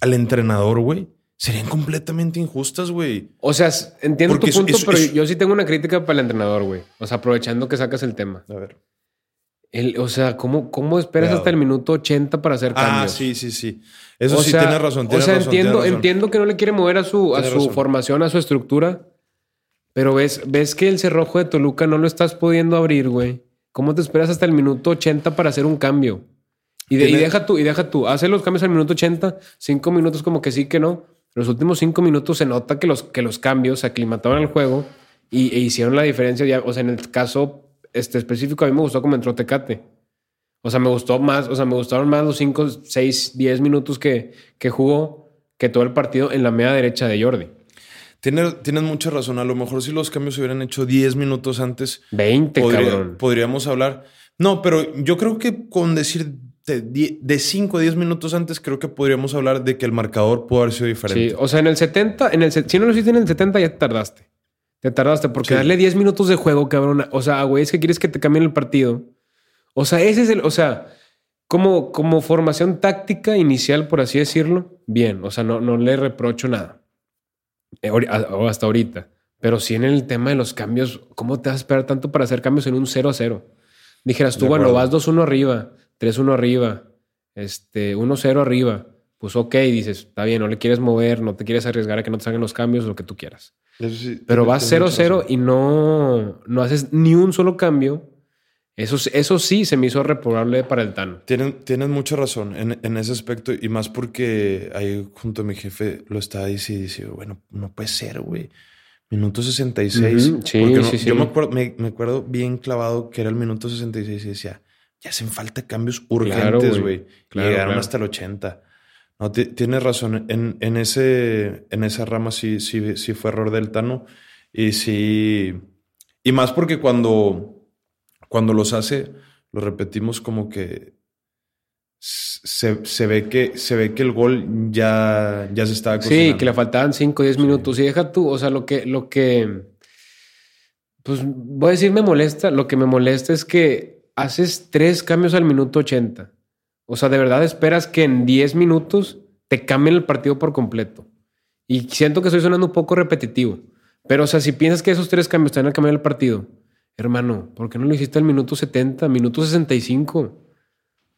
al entrenador, güey, serían completamente injustas, güey.
O sea, s- entiendo
Porque
tu
eso-
punto,
eso-
pero
eso-
yo sí tengo una crítica para el entrenador, güey. O sea, aprovechando que sacas el tema.
A ver.
El- o sea, ¿cómo, cómo esperas
Cuidado.
hasta el minuto 80 para hacer cambios?
Ah, sí, sí, sí. Eso
O
sí,
sea,
tienes razón. Tienes
o sea,
razón, tienes
entiendo,
razón.
entiendo que no le quiere mover a su, a
Tienes
su
razón.
formación, a su estructura. Pero ves, ves que el cerrojo de Toluca no lo estás pudiendo abrir, güey. ¿Cómo te esperas hasta el minuto 80 para hacer un cambio? Y, de- y
Tiene-
deja tú, y deja tú, hace los cambios al minuto 80, cinco minutos como que sí que no. Los últimos cinco minutos se nota que los, que los cambios se aclimataron al juego y, e hicieron la diferencia. Ya, o sea, en el caso este específico, a mí me gustó como entró Tecate. O sea, me gustó más, o sea, me gustaron más los 5, 6, 10 minutos que, que jugó que todo el partido en la media derecha de Jordi.
Tiene- tienes mucha razón. A lo mejor si los cambios se hubieran hecho 10 minutos antes,
20,
podría-
cabrón.
podríamos hablar. No, pero yo creo que con decir de die- de 5 a 10 minutos antes, creo que podríamos hablar de que el marcador pudo haber sido diferente.
Sí, o sea, en el 70, en el, se- si no lo hiciste en el 70 ya te tardaste. Te tardaste porque
Sí.
darle 10 minutos de juego, cabrón. O sea, güey, es que quieres que te cambien el partido. O sea, ese es el, o sea, como, como formación táctica inicial, por así decirlo, bien. O sea, no, no le reprocho nada. Eh, ahori- a- o hasta ahorita. Pero sí en el tema de los cambios, ¿cómo te vas a esperar tanto para hacer cambios en un 0 a 0? Dijeras tú,
De
bueno,
acuerdo.
vas 2-1 arriba, 3-1 arriba, este, 1-0 arriba. Pues ok, dices, está bien, no le quieres mover, no te quieres arriesgar a que no te salgan los cambios, lo que tú quieras. Pero vas 0-0 y no, no haces ni un solo cambio. Eso, eso sí se me hizo reprobable para el Tano.
Tienen, tienen mucha razón en, en ese aspecto y más porque ahí junto a mi jefe lo estaba diciendo, dice, bueno, no puede ser, güey. Minuto 66.
Ujú, sí,
Porque no-
sí, sí.
Yo me acuerdo, me, me acuerdo bien clavado que era el minuto 66 y decía, ya hacen falta cambios urgentes,
güey.
güey.
Claro,
Llegaron
claro.
hasta el 80. No, ti- tienes razón. En, en ese, en esa rama sí, sí, sí fue error del Tano. Y sí. Y más porque cuando, cuando los hace, lo repetimos como que se, se ve que se ve que el gol ya, ya se estaba
Sí,
cocinando.
que le faltaban 5, 10
Sí.
minutos. Y deja tú, o sea, lo que, lo que, pues voy a decir me molesta, lo que me molesta es que haces tres cambios al minuto 80. O sea, de verdad esperas que en 10 minutos te cambien el partido por completo. Y siento que estoy sonando un poco repetitivo, pero o sea, si piensas que esos tres cambios te van a cambiar el partido, hermano, ¿por qué no lo hiciste al minuto 70, minuto 65?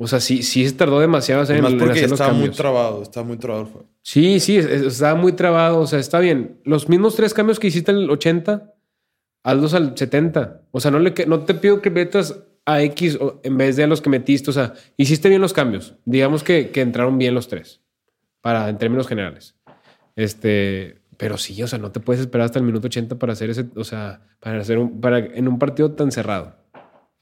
O sea, sí, sí se tardó
Y
demasiado hacer-
más
en
porque
hacer los
estaba muy
cambios.
trabado, estaba muy trabado. el juego.
Sí, sí, es- es- está muy trabado. O sea, está bien. Los mismos tres cambios que hiciste en el 80, hazlos al 70. O sea, no, le, que- no te pido que metas a X o- en vez de a los que metiste. O sea, hiciste bien los cambios. Digamos que, que entraron bien los tres, para, en términos generales. Este, pero sí, o sea, no te puedes esperar hasta el minuto 80 para hacer ese, o sea, para hacer un, para, en un partido tan cerrado.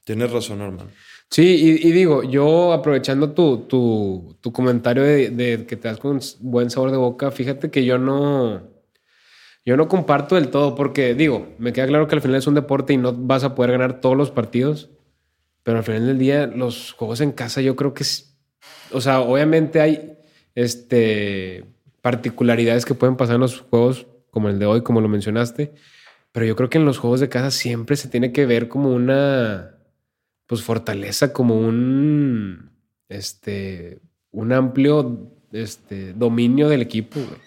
Tienes razón, hermano.
Sí, y, y digo, yo aprovechando tu, tu, tu comentario de, de que te das con buen sabor de boca, fíjate que yo no, yo no comparto del todo porque digo, me queda claro que al final es un deporte y no vas a poder ganar todos los partidos, pero al final del día los juegos en casa yo creo que es, o sea, obviamente hay este particularidades que pueden pasar en los juegos como el de hoy, como lo mencionaste, pero yo creo que en los juegos de casa siempre se tiene que ver como una pues fortaleza, como un este un amplio este dominio del equipo, güey.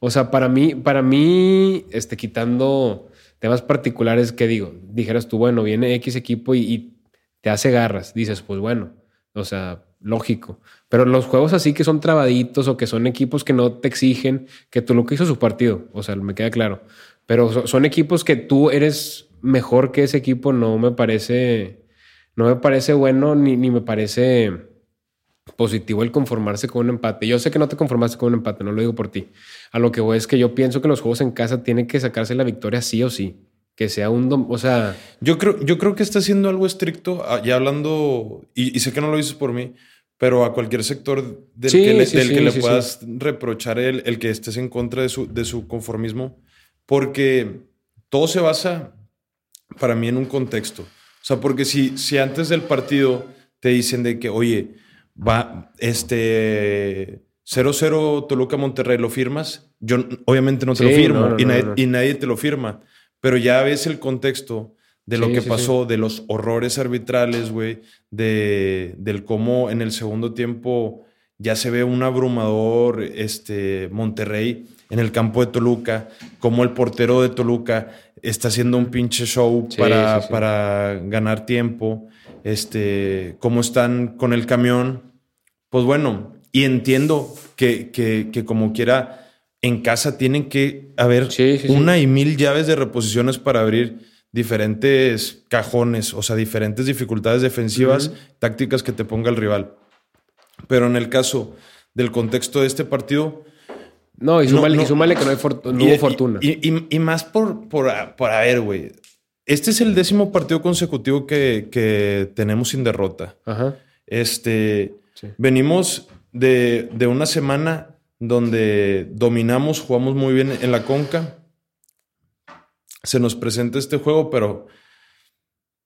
O sea, para mí, para mí, este, quitando temas particulares que digo, dijeras tú, bueno, viene X equipo y, y, te hace garras. Dices, pues bueno, o sea, lógico. Pero los juegos así que son trabaditos o que son equipos que no te exigen, que tú lo que hizo su partido, o sea, me queda claro. Pero so, son equipos que tú eres mejor que ese equipo, no me parece, no me parece bueno ni, ni me parece positivo el conformarse con un empate. Yo sé que no te conformaste con un empate, no lo digo por ti. A lo que voy es que yo pienso que los juegos en casa tienen que sacarse la victoria sí o sí. Que sea un... Dom o sea...
Yo creo, yo creo que está haciendo algo estricto, ah, ya hablando, y, y, sé que no lo dices por mí, pero a cualquier sector del sí, que le, sí, del sí, que le puedas reprochar el, el, que estés en contra de su, de su conformismo, porque todo se basa para mí en un contexto. O sea, porque si, si antes del partido te dicen de que, oye, va, este 0-0 Toluca Monterrey, ¿lo firmas? Yo obviamente no te sí, lo firmo no, no, y, nadie, no, y, nadie, te lo firma, pero ya ves el contexto de lo sí, que sí, pasó, de los horrores arbitrales, güey, de, del cómo en el segundo tiempo ya se ve un abrumador este, Monterrey en el campo de Toluca, cómo el portero de Toluca está haciendo un pinche show para, para ganar tiempo este, cómo están con el camión. Pues bueno, y entiendo que, que, que como quiera, en casa tienen que haber sí, sí, una sí. y mil llaves de reposiciones para abrir diferentes cajones, o sea, diferentes dificultades defensivas, uh -huh. tácticas que te ponga el rival. Pero en el caso del contexto de este partido...
No, y súmale, no, no, y súmale que no, hay fortu no
y,
hubo fortuna.
Y, y, y, más por, por, ah, por haber, güey. Este es el décimo partido consecutivo que, que tenemos sin derrota. Ajá. Este, sí. Venimos de, de, una semana donde dominamos, jugamos muy bien en la conca. Se nos presenta este juego, pero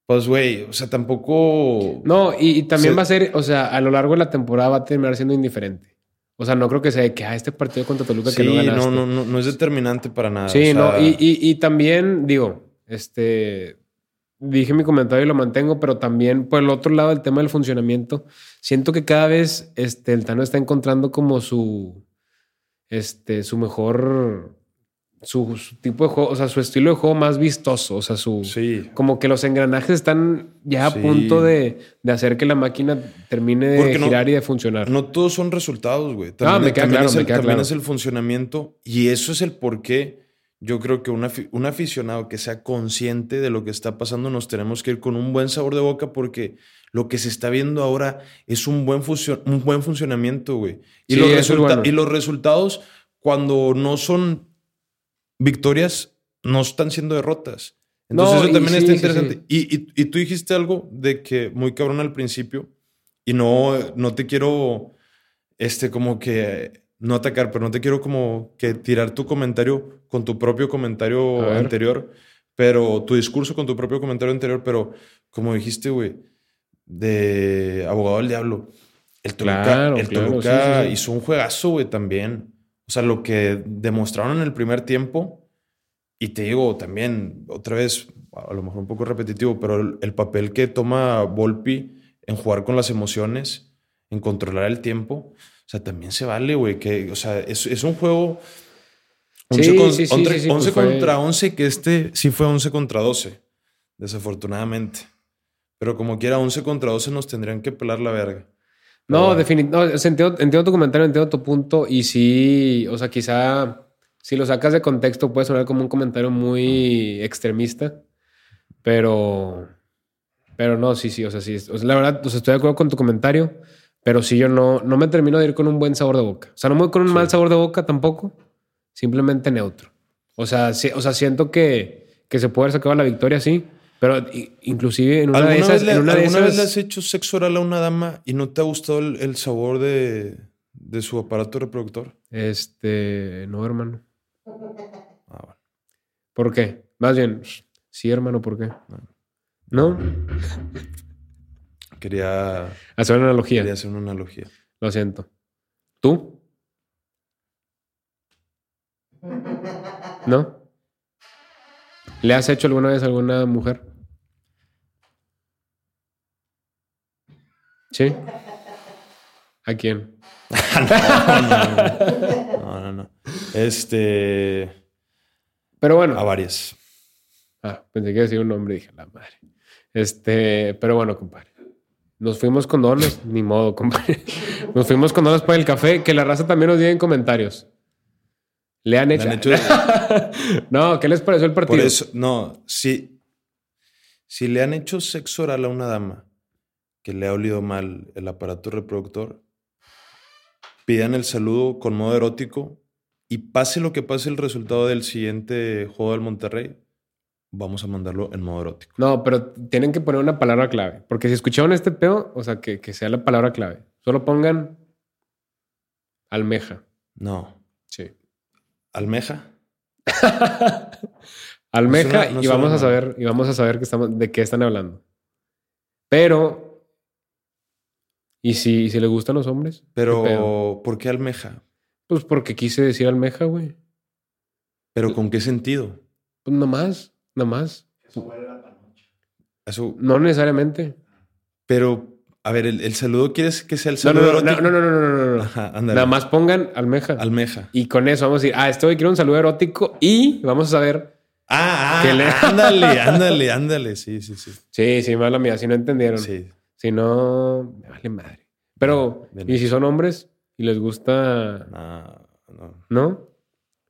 pues, güey, o sea, tampoco...
No, y, y también se... va a ser, o sea, a lo largo de la temporada va a terminar siendo indiferente. O sea, no creo que sea de que ah, este partido contra Toluca
sí,
que no
ganaste. No, no, no, es determinante para nada.
Sí, Ah, o sea... no, y, y, y también, digo, este, dije mi comentario y lo mantengo, pero también por el otro lado el tema del funcionamiento, siento que cada vez este, el Tano está encontrando como su, este, su mejor, su, su tipo de juego, o sea, su estilo de juego más vistoso, o sea, su, sí. como que los engranajes están ya sí. a punto de, de, hacer que la máquina termine de no, girar y de funcionar.
No todos son resultados, güey. También, ah, me queda también claro, es el, me queda también claro. es el funcionamiento y eso es el por qué yo creo que una, un aficionado que sea consciente de lo que está pasando, nos tenemos que ir con un buen sabor de boca porque lo que se está viendo ahora es un buen, un buen funcionamiento, güey. Y, sí, los bueno. y los resultados, cuando no son victorias, no están siendo derrotas. Entonces no, eso también está sí, interesante. Sí, y, y, y, tú dijiste algo de que muy cabrón al principio, y no, no te quiero, este, como que no atacar, pero no te quiero como que tirar tu comentario con tu propio comentario anterior, pero tu discurso con tu propio comentario anterior, pero como dijiste, güey, de abogado del diablo, el Toluca, claro, el claro, Toluca sí, sí, sí. hizo un juegazo, güey, también. O sea, lo que demostraron en el primer tiempo, y te digo también, otra vez, a lo mejor un poco repetitivo, pero el, el papel que toma Volpi en jugar con las emociones, en controlar el tiempo, o sea, también se vale, güey. Que, o sea, es, es un juego. 11, sí, con, sí, sí, 11, 11 pues contra fue... 11, que este sí fue 11 contra 12, desafortunadamente. Pero como quiera, 11 contra 12 nos tendrían que pelar la verga.
No, bueno. definitivamente. No, entiendo, entiendo, tu comentario, entiendo tu punto. Y sí, o sea, quizá si lo sacas de contexto puede sonar como un comentario muy extremista. Pero. Pero no, sí, sí. O sea, sí. O sea, la verdad, o sea, estoy de acuerdo con tu comentario. Pero sí, yo no, no me termino de ir con un buen sabor de boca. O sea, no me voy con un sí. mal sabor de boca tampoco. Simplemente neutro. O sea, sí, o sea siento que, que se puede haber sacado la victoria, sí. Pero i- inclusive en una
¿Alguna,
de esas...
vez, le,
en una de
alguna vez le
esas-
has hecho sexo oral a una dama y no te ha gustado el, el sabor de, de su aparato reproductor?
Este, no, hermano.
Ah, bueno.
¿Por qué? Más bien, sí, hermano, ¿por qué? No,
Quería,
hacer una analogía.
quería hacer una analogía.
Lo siento. ¿Tú? ¿No? ¿Le has hecho alguna vez a alguna mujer? ¿Sí? ¿A quién?
No, no, no. Este.
Pero
A
bueno.
varias.
Ah, pensé que decía un nombre, dije, la madre. Este, pero bueno, compadre. Nos fuimos con dones, <laughs> ni modo, compadre. Nos fuimos con dones para el café, que la raza también nos diga en comentarios. Le han
Me
hecho.
han hecho-
<laughs> No, ¿qué les pareció el partido?
por eso, no, si, si le han hecho sexo oral a una dama que le ha olido mal el aparato reproductor, pidan el saludo con modo erótico y pase lo que pase el resultado del siguiente juego del Monterrey, vamos a mandarlo en modo erótico.
No, pero tienen que poner una palabra clave. Porque si escucharon este peo, o sea, que, que sea la palabra clave. Solo pongan almeja.
No,
Sí.
almeja.
Almeja
suena- no
y
suena
vamos a
mal.
saber y vamos a saber que estamos de qué están hablando. Pero y si si le gustan los hombres, ¿Qué pedo?
Pero, ¿por qué almeja?
pues porque quise decir almeja, güey.
¿Pero con qué sentido?
Pues nada más, nada más.
Eso,
No necesariamente.
pero, a ver, el, el saludo, ¿quieres que sea el
No, no,
saludo
no, no,
erótico?
no, no, no, no, no, no.
Ajá, ándale.
Nada más pongan almeja.
Almeja.
y con eso vamos a decir, ah, estoy quiero un saludo erótico y vamos a saber.
Ah,
Que le-
ah, ándale, ándale, ándale. Sí, sí, sí.
Sí, sí, mala mía, si no entendieron.
Sí.
Si no, me vale madre. Pero
Bien.
y si son hombres y les gusta,
No, Ah, no,
¿no?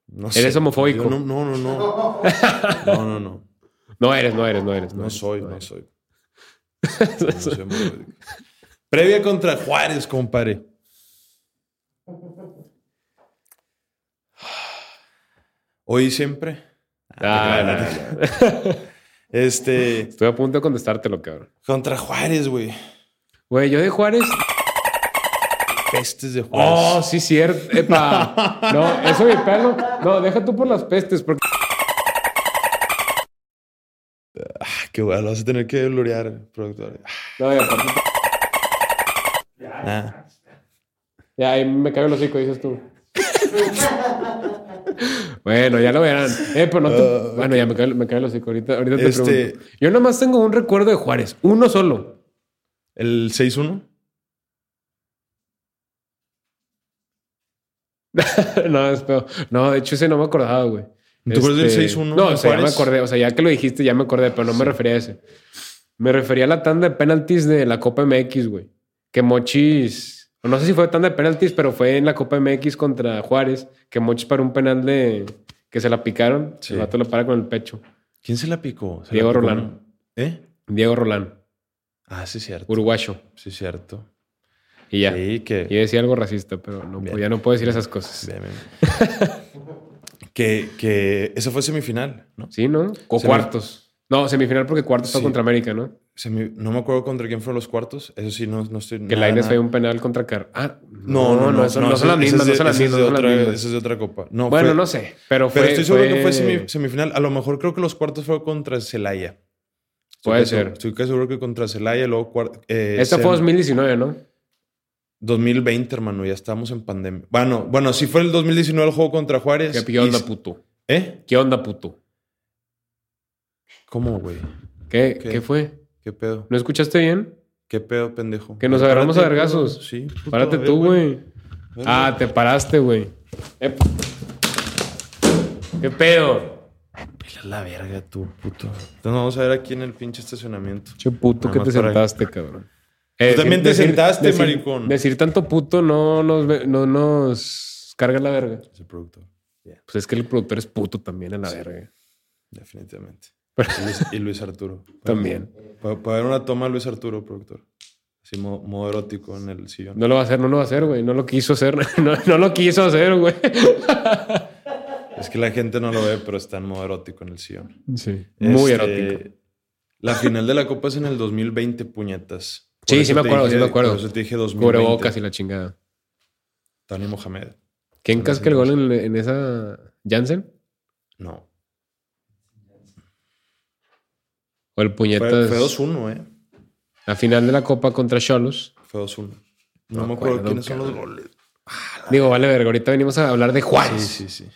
no
Eres homofóbico.
Yo No, no, no, no. No, no, no.
No eres, no eres, no eres.
No
eres,
soy, no
eres.
soy. No soy homofóbico. Previa contra Juárez, compadre. Hoy y siempre.
Ah, no, no, no.
<laughs> Este.
Estoy a punto de contestártelo, cabrón.
Contra Juárez, güey.
Güey, yo de Juárez.
Pestes de Juárez.
Oh, sí, cierto. Epa. No, eso mi pelo. No, deja tú por las pestes, porque
Ah, Qué bueno, lo vas a tener que gloriar, productor.
no, ya, papito.
Ah,
Ya, ahí me cabe el hocico, dices tú. Bueno, ya lo verán. Eh, pero no te...
Ah,
Bueno, ya me cae, me cae el hocico. Ahorita, ahorita te
Este-
pregunto. Yo nomás tengo un recuerdo de Juárez. Uno solo. <laughs>
¿El 6-1?
no, es peor. No, de hecho, ese no me acordaba, güey.
¿No te acuerdas
Este,
del 6-1
No,
de
o sea, ya me
Juárez?
acordé. O sea, ya que lo dijiste, ya me acordé, pero no me refería a ese. Me refería a la tanda de penaltis de la Copa MX, güey. Que Mochis. o No sé si fue tanda de penaltis, pero fue en la Copa MX contra Juárez. Que Mochis paró un penal de. que se la picaron.
Sí.
El vato lo para con el pecho.
¿Quién se la picó? ¿Se la
Diego
picó
Rolán.
uno? ¿Eh?
Diego Rolán,
Ah, sí, cierto.
uruguayo.
Sí, cierto.
Y ya.
Sí, que.
Y decía algo racista, pero no,
Bien.
ya no puedo decir esas cosas.
Bien, bien. <laughs> que, que esa fue semifinal, ¿no?
Sí, ¿no? O
Semi-
cuartos. No, semifinal porque cuartos fue
Sí.
contra América, ¿no?
Semi- no me acuerdo contra quién fueron los cuartos. Eso sí, no, no estoy.
Que
nada,
la Ines
nada.
fue un penal contra Car. Ah,
No, no, no.
son, no son las
ese-
mismas, no
ese
son las
es de- ese
mismas.
es de
no son las
otra-
mismas.
ese es de otra copa. No,
Bueno,
fue-
no sé, pero fue.
Pero estoy seguro que fue
fue-
semi- semifinal. A lo mejor creo que los cuartos fue contra Celaya. Estoy
Puede
casi seguro-
ser.
Estoy casi seguro que contra Celaya, luego. cuar- eh,
Esta
sem-
fue 2019, ¿no?
2020, hermano, ya estábamos en pandemia. Bueno, bueno, sí fue el 2019 el juego contra Juárez. y-
¿Qué, ¿Qué onda, puto?
¿Eh?
¿Qué onda, puto?
¿Cómo, güey?
¿Qué,
¿Qué?
¿Qué? fue?
¿Qué pedo?
¿No escuchaste bien?
¿Qué pedo, pendejo?
Que nos
Párate,
agarramos a
puto.
vergazos.
Sí. puto,
Párate
a ver,
tú, güey. Ah, te paraste, güey. Epa. ¿Qué pedo?
Pela la verga, tú, puto. Entonces vamos a ver aquí en el pinche estacionamiento.
Che puto
Nada
que
más
te
para-
sentaste, cabrón.
Tú también te sentaste,
decir-
maricón.
Decir tanto puto no nos, ve- no nos carga la verga.
Ese productor,
Pues es que el productor es puto también a la verga.
definitivamente.
Pero-
Y Luis, y Luis Arturo.
También.
Para, para ver una toma a Luis Arturo, productor. Así mo- modo, erótico en el sillón.
No lo va a hacer, no lo va a hacer, güey. No lo quiso hacer. <laughs> No, no lo quiso hacer, güey.
Es que la gente no lo ve, pero está en modo erótico en el sillón.
Sí. Muy
Este,
erótico.
La final de la Copa es en el 2020, puñetas. Por
Sí, sí
eso
me
te
acuerdo, sí
dije-
me acuerdo.
Por eso te dije 2020.
Cubrebocas y la chingada.
Tani Mohamed.
¿Quién
Son
casca el
las
gol en, en esa. ¿Jansen?
No.
¿O el
Fue,
puñetas?
fue 2-1, ¿eh?
La final de la Copa contra Cholos.
Fue 2-1. No,
No
me acuerdo
acuerdo,
quiénes son los
cabrón.
goles.
Digo, vale, verga, ahorita venimos a hablar de Juárez.
Sí, sí, sí.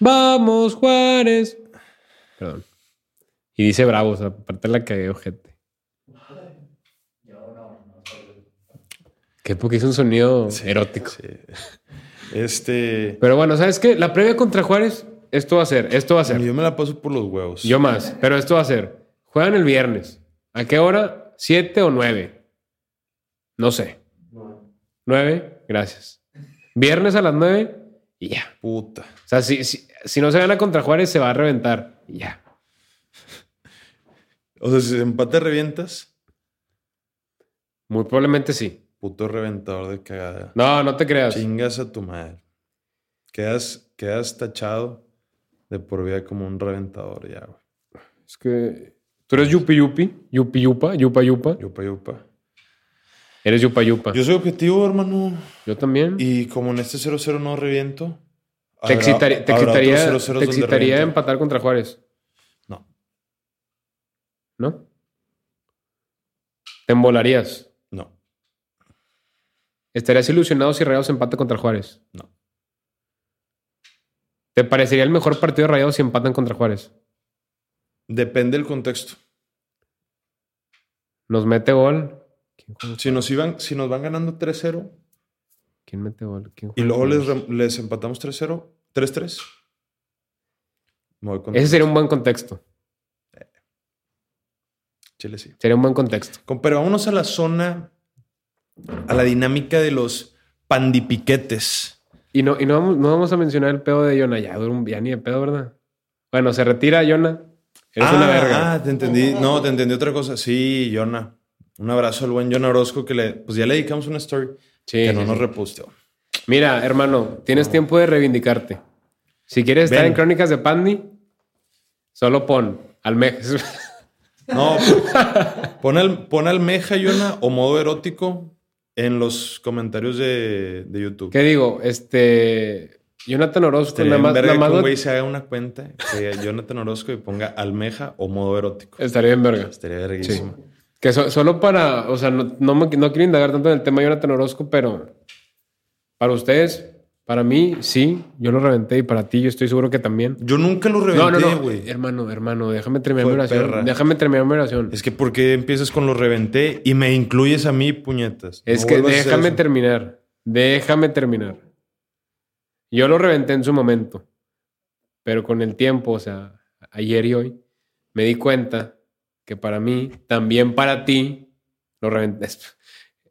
Vamos, Juárez. Perdón. Y dice Bravos, aparte la cagué, ojete. Que porque hizo un sonido erótico.
Sí. <laughs> Este.
Pero bueno, ¿sabes qué? La previa contra Juárez, esto va a ser, esto va a ser.
Yo me la paso por los huevos.
Yo más, pero esto va a ser. Juegan el viernes. ¿A qué hora? ¿Siete o nueve? No sé. Nueve, gracias. Viernes a las nueve y ya.
Puta.
O sea, si, si, si no se gana contra Juárez, se va a reventar. Y Ya.
O sea, si empate revientas,
Muy probablemente sí.
puto reventador de cagada.
No, no te creas.
Chingas a tu madre. Quedas, quedas tachado de por vida como un reventador ya, güey.
Es que tú eres yupi yupi, yupi yupa, yupa yupa.
Yupa, yupa.
Eres yupa yupa. Yo,
Yo soy objetivo, hermano.
también.
Y como en este 0-0 no reviento. habrá-
te excitaría, te
habrá otros
excitaría,
0-0
te
donde
excitaría
reviente.
empatar contra Juárez,
No.
¿no? Te embolarías.
No,
Estarías ilusionado si Rayados empata contra Juárez.
no.
¿Te parecería el mejor partido de Rayados si empatan contra Juárez?
Depende del contexto.
Nos mete gol. ¿Quién, juega?
Si nos, iban, si nos van ganando 3-0
¿Quién mete gol? ¿Quién
y
juega?
luego les, rem- les empatamos 3-0, 3-3. Me voy con
Ese sería un buen contexto.
Chile, sí.
Sería un buen contexto.
Com- Pero vámonos a la zona, a la dinámica de los pandipiquetes.
Y no, y no vamos, no vamos a mencionar el pedo de Yona. Ya, dura un- ya ni de pedo, ¿verdad? Bueno, se retira Yona. Eres
ah,
una verga.
Ah, te entendí. No, te entendí otra cosa. Sí, Jonah. Un abrazo al buen Jonah Orozco que le, pues ya le dedicamos una story
Sí,
que
sí,
no nos
sí.
reposteó.
Mira, hermano, tienes tiempo de reivindicarte. Si quieres estar
Ven.
en Crónicas de Pandy, solo pon almejas.
No, <laughs> pon, al, pon almeja, Jonah, o modo erótico en los comentarios de, de YouTube.
<laughs> ¿Qué digo? Este. Jonathan Orozco,
Estaría bien
nada más.
verga
Nada más
que un
lo-
güey se haga una cuenta que diga Jonathan Orozco y ponga almeja o modo erótico.
Estaría bien verga.
Estaría verguísimo.
Que so- solo para. O sea, no, no me- no quiero indagar tanto en el tema de Jonathan Orozco, pero. Para ustedes, para mí, sí. Yo lo reventé y para ti, yo estoy seguro que también.
Yo nunca lo
No, no,
reventé,
no.
güey.
Hermano, hermano, déjame terminar mi
Fue
oración.
perra.
Déjame terminar mi oración. Es,
Es que ¿por qué empiezas con lo reventé y me incluyes a mí, puñetas? No
que
vuelvas a hacer
déjame
eso.
terminar. Déjame terminar. Yo lo reventé en su momento, pero con el tiempo, o sea, ayer y hoy, me di cuenta que para mí, también para ti, lo reventé. Es,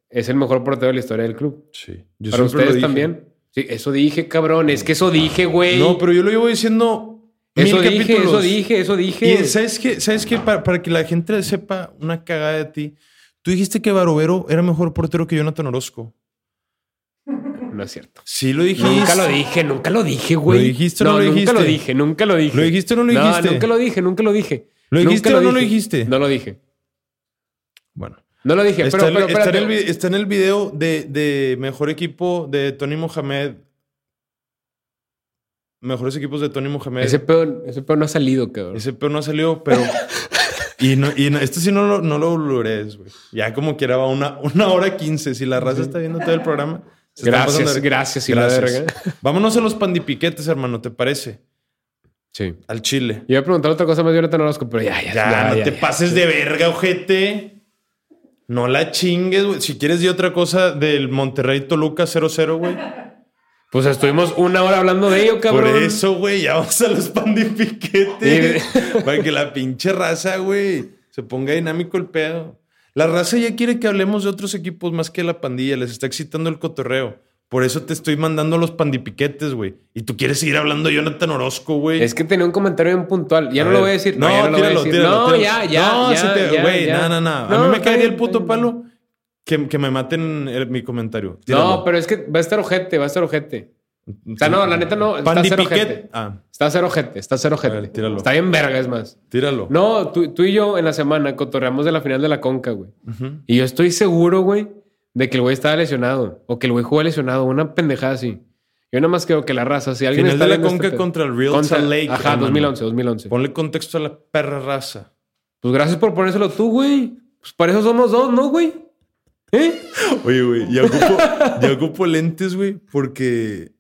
es el mejor portero de la historia del club.
Sí. Yo siempre
para
lo
ustedes
dije.
también. Sí, eso dije, cabrón. Es que eso dije, güey.
No, pero yo lo llevo diciendo mil
eso dije,
capítulos.
eso dije, eso dije.
Y ¿sabes qué? ¿Sabes qué? Para, para que la gente sepa una cagada de ti. Tú dijiste que Barovero era mejor portero que Jonathan Orozco.
No es cierto.
Sí lo dijiste.
Nunca lo dije, nunca lo dije, güey.
¿Lo dijiste o no lo
Nunca
dijiste?
lo dije, nunca lo dije.
¿Lo dijiste o no lo dijiste?
No, nunca lo dije, nunca lo dije.
¿Lo
Nunca
dijiste o no lo dijiste?
No lo dije.
Bueno.
No lo dije,
Está,
pero,
el-
pero
está en
espérate.
el, vi- está en el video de, de mejor equipo de Tony Mohamed. Mejores equipos de Tony Mohamed.
ese, pedo, ese pedo no ha salido, cabrón.
Ese peor no ha salido, pero. y no, y no- esto sí no lo, no lo blurees, güey. Ya como quiera va una, una hora quince. Si la raza está viendo todo el programa. se está
Gracias,
pasando de-
gracias y la verga.
Vámonos a los pandipiquetes, hermano, ¿te parece?
Sí.
Al chile.
Yo iba a preguntar otra cosa más de Jonathan Orozco, pero ya, ya.
Ya, no te
ya.
pases de verga, ojete. No la chingues, güey. Si quieres, di otra cosa del Monterrey Toluca 0-0, güey.
Pues estuvimos una hora hablando de ello,
Por
cabrón.
eso, güey, ya vamos a los pandipiquetes.
Sí.
para que la pinche raza, güey, se ponga dinámico el pedo. La raza ya quiere que hablemos de otros equipos más que la pandilla. Les está excitando el cotorreo. Por eso te estoy mandando los pandipiquetes, güey. Y tú quieres seguir hablando de Jonathan Orozco, güey.
Es que tenía un comentario bien puntual. Ya
A
no
ver.
lo voy a decir.
No,
ya no lo voy a
tíralo,
decir.
tíralo,
No,
tíralo.
ya, ya.
No,
ya,
se te-
ya,
güey, no,
ya.
no, no. A mí
No,
me
está
caería
bien,
el puto
está bien.
palo que, que me maten el- mi comentario.
No,
Tíralo.
pero es que va a estar ojete, va a estar ojete. O sea, no, la neta no. Está
Pandy
cero
Piquet.
gente.
Ah,
Está cero gente, está cero gente.
ver, tíralo.
Está bien verga, es más.
tíralo.
No, tú, tú y yo en la semana cotorreamos de la final de la Conca, güey.
Ujú.
Y yo estoy seguro, güey, de que el güey estaba lesionado o que el güey jugó lesionado, una pendejada así. Yo nada más creo que la raza, si alguien
Final
está
de la
viendo este
Conca
pedo-
contra el Real
contra-
Salt Lake.
Ajá,
hermano.
2011, 2011.
Ponle contexto a la perra raza.
Pues gracias por ponérselo tú, güey. Pues para eso somos dos, ¿no, güey? ¿Eh?
Oye, güey, ya ocupo, ya ocupo lentes, güey, porque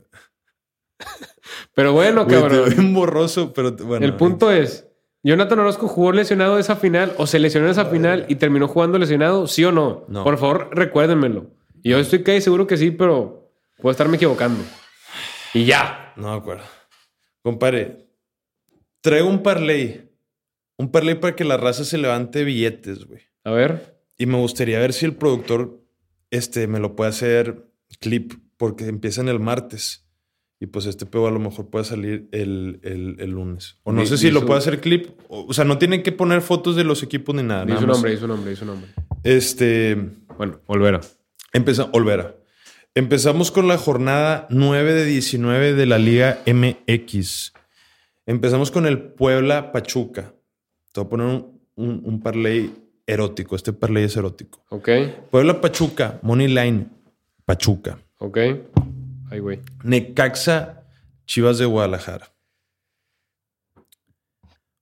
Pero bueno,
güey, te
cabrón.
veo bien borroso, pero te- bueno.
el punto es, Jonathan Orozco jugó lesionado esa final o se lesionó esa final y terminó jugando lesionado, ¿sí o no?
No.
Por favor, recuérdenmelo. Y yo estoy casi seguro que sí, pero puedo estarme equivocando. Y ya.
No me acuerdo. Compare, traigo un parlay. Un parlay para que la raza se levante billetes, güey.
A ver.
Y me gustaría ver si el productor este, me lo puede hacer clip, porque empiezan el martes. Y pues este peo a lo mejor puede salir el, el- el lunes. O no
Di-
sé si
di
lo
su-
puede hacer clip. O, o sea, no tienen que poner fotos de los equipos ni nada.
Dice
nada
su
más.
nombre, dice su nombre, dice su nombre.
Este.
Bueno, Olvera.
Empezamos, Olvera. Empezamos con la jornada 9 de 19 de la Liga MX. Empezamos con el Puebla Pachuca. Te voy a poner un, un, un parlay erótico. Este parlay es erótico.
Ok,
Puebla Pachuca, Money Line, Pachuca.
ok. Ay, güey.
Necaxa, Chivas de Guadalajara.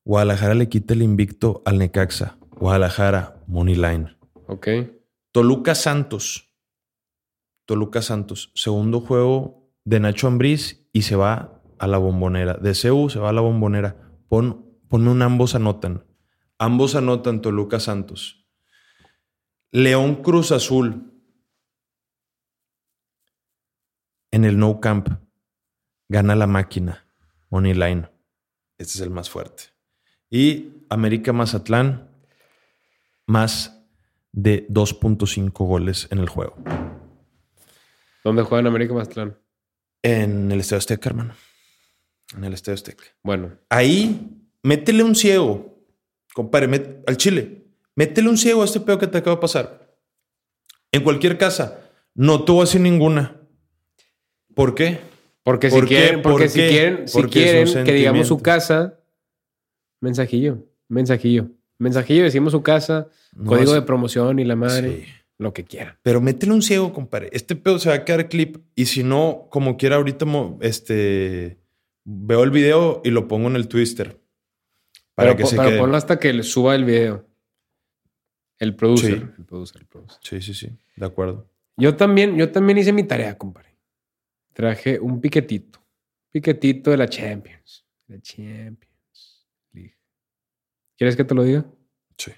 Guadalajara le quita el invicto al Necaxa. Guadalajara, Money Line.
Ok.
Toluca Santos. Toluca Santos. Segundo juego de Nacho Ambriz y se va a la bombonera. De CU se va a la bombonera. Pon, ponme un ambos anotan. Ambos anotan Toluca Santos. León Cruz Azul. En el No Camp. Gana la máquina. Money line. Este es el más fuerte. Y América Mazatlán. Más de 2.5 goles en el juego.
¿Dónde juega en América Mazatlán?
En el Estadio Azteca, hermano. En el Estadio Azteca.
Bueno,
Ahí, métele un ciego. Compadre, met- al Chile. Métele un ciego a este pedo que te acaba de pasar. En cualquier casa. No tuvo así ninguna. ¿Por qué?
porque si
¿Por qué?
quieren, porque
¿Por
si
qué?
quieren, si
Porque es un
quieren que digamos su
sentimiento.
casa, mensajillo, mensajillo, mensajillo, decimos su casa,
No
código
hace-
de promoción y la madre,
Sí.
lo que quieran.
Pero métele un ciego, compadre. Este pedo se va a quedar clip. Y si no, como quiera, ahorita mo- este, veo el video y lo pongo en el twister. Para
pero
que
po-
se
pero
quede.
ponlo hasta que le suba el video. El producer,
Sí.
el producer, el producer.
Sí, sí, sí. De acuerdo.
Yo también, yo también hice mi tarea, compadre. Traje un piquetito. Piquetito de la Champions. La Champions League. ¿Quieres que te lo diga?
Sí.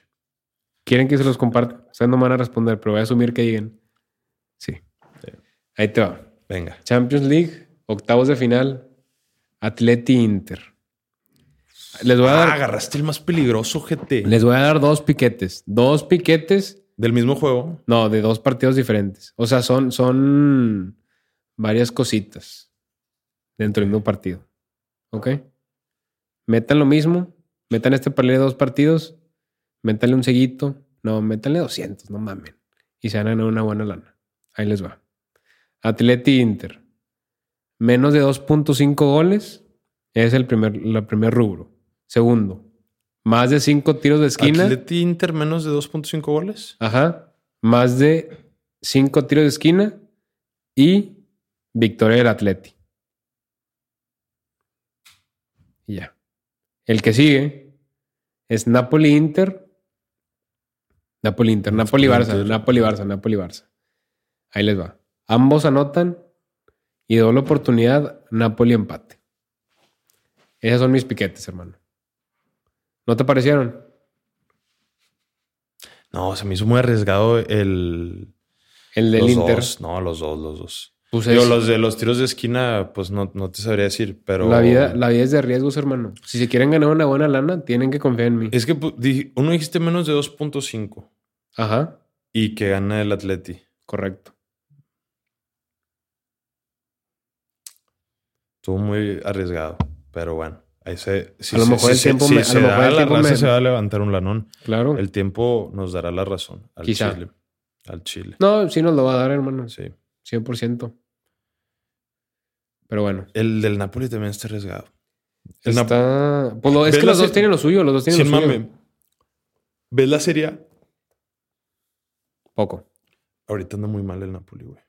¿Quieren que se los comparta? Ustedes no me van a responder, pero voy a asumir que digan. Sí.
Sí.
Ahí te va.
Venga.
Champions League, octavos de final, Atleti Inter. Les voy a
Ah,
dar,
agarraste el más peligroso, GT.
les voy a dar dos piquetes. Dos piquetes
Del mismo juego.
no, de dos partidos diferentes. O sea, son, son varias cositas dentro del mismo partido. ¿Ok? Metan lo mismo. Metan este parlay de dos partidos. Métanle un seguito. No, métanle 200, no mamen. Y se van a ganar una buena lana. Ahí les va. Atleti Inter. Menos de 2.5 goles es el primer, la primer rubro. Segundo, más de 5 tiros de esquina.
Atleti Inter menos de 2.5 goles.
Ajá. Más de cinco tiros de esquina y victoria del Atleti. Y ya. El que sigue es Napoli Inter. Napoli Inter, Napoli Barça,
Inter.
Napoli Barça, Napoli Barça. Ahí les va. Ambos anotan y doble oportunidad, Napoli empate. Esos son mis piquetes, hermano. ¿No te parecieron?
No, se me hizo muy arriesgado el.
El del
los
Inter.
dos. No, los dos, los dos.
Pues
Digo,
es-
los de los tiros de esquina, pues no, no te sabría decir, pero.
La vida, la vida es de riesgos, hermano. Si se quieren ganar una buena lana, tienen que confiar en mí.
Es que pu- di- uno dijiste menos de 2.5
Ajá,
y que gana el Atleti.
correcto.
Estuvo muy arriesgado, pero bueno. Ahí se. si
A lo
se-
mejor
si
el
se-
tiempo
si
me- a
se
lo mejor
da
el
la
tiempo
raza,
me-
se va a levantar un lanón.
Claro.
El tiempo nos dará la razón. Al
Quizá.
Chile. Al Chile.
No, sí nos lo va a dar, hermano.
Sí.
100%. Pero bueno.
El del Napoli también está arriesgado. El Nap-
Está... Pues lo- es
Ve
que los
la
dos
se-
tienen lo suyo, los dos tienen
Sin
lo suyo.
mame. ¿Ves la serie? A?
Poco.
Ahorita anda muy mal el Napoli, güey.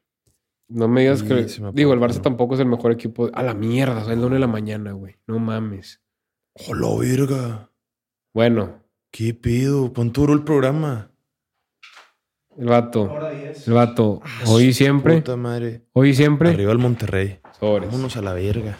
No me digas
Sí,
que.
se me
Digo, el
apagó,
Barça
¿no?
tampoco es el mejor equipo. A la mierda, o sea, el lunes de la mañana, güey. No mames.
¡Hola, verga!
Bueno,
¿Qué pido? Pon duro el programa.
el vato.
Hora 10.
El vato. Hoy y siempre.
Ah, Puta madre.
Hoy y siempre. Pues.
Arriba el Monterrey.
Sobres.
Vámonos a la verga.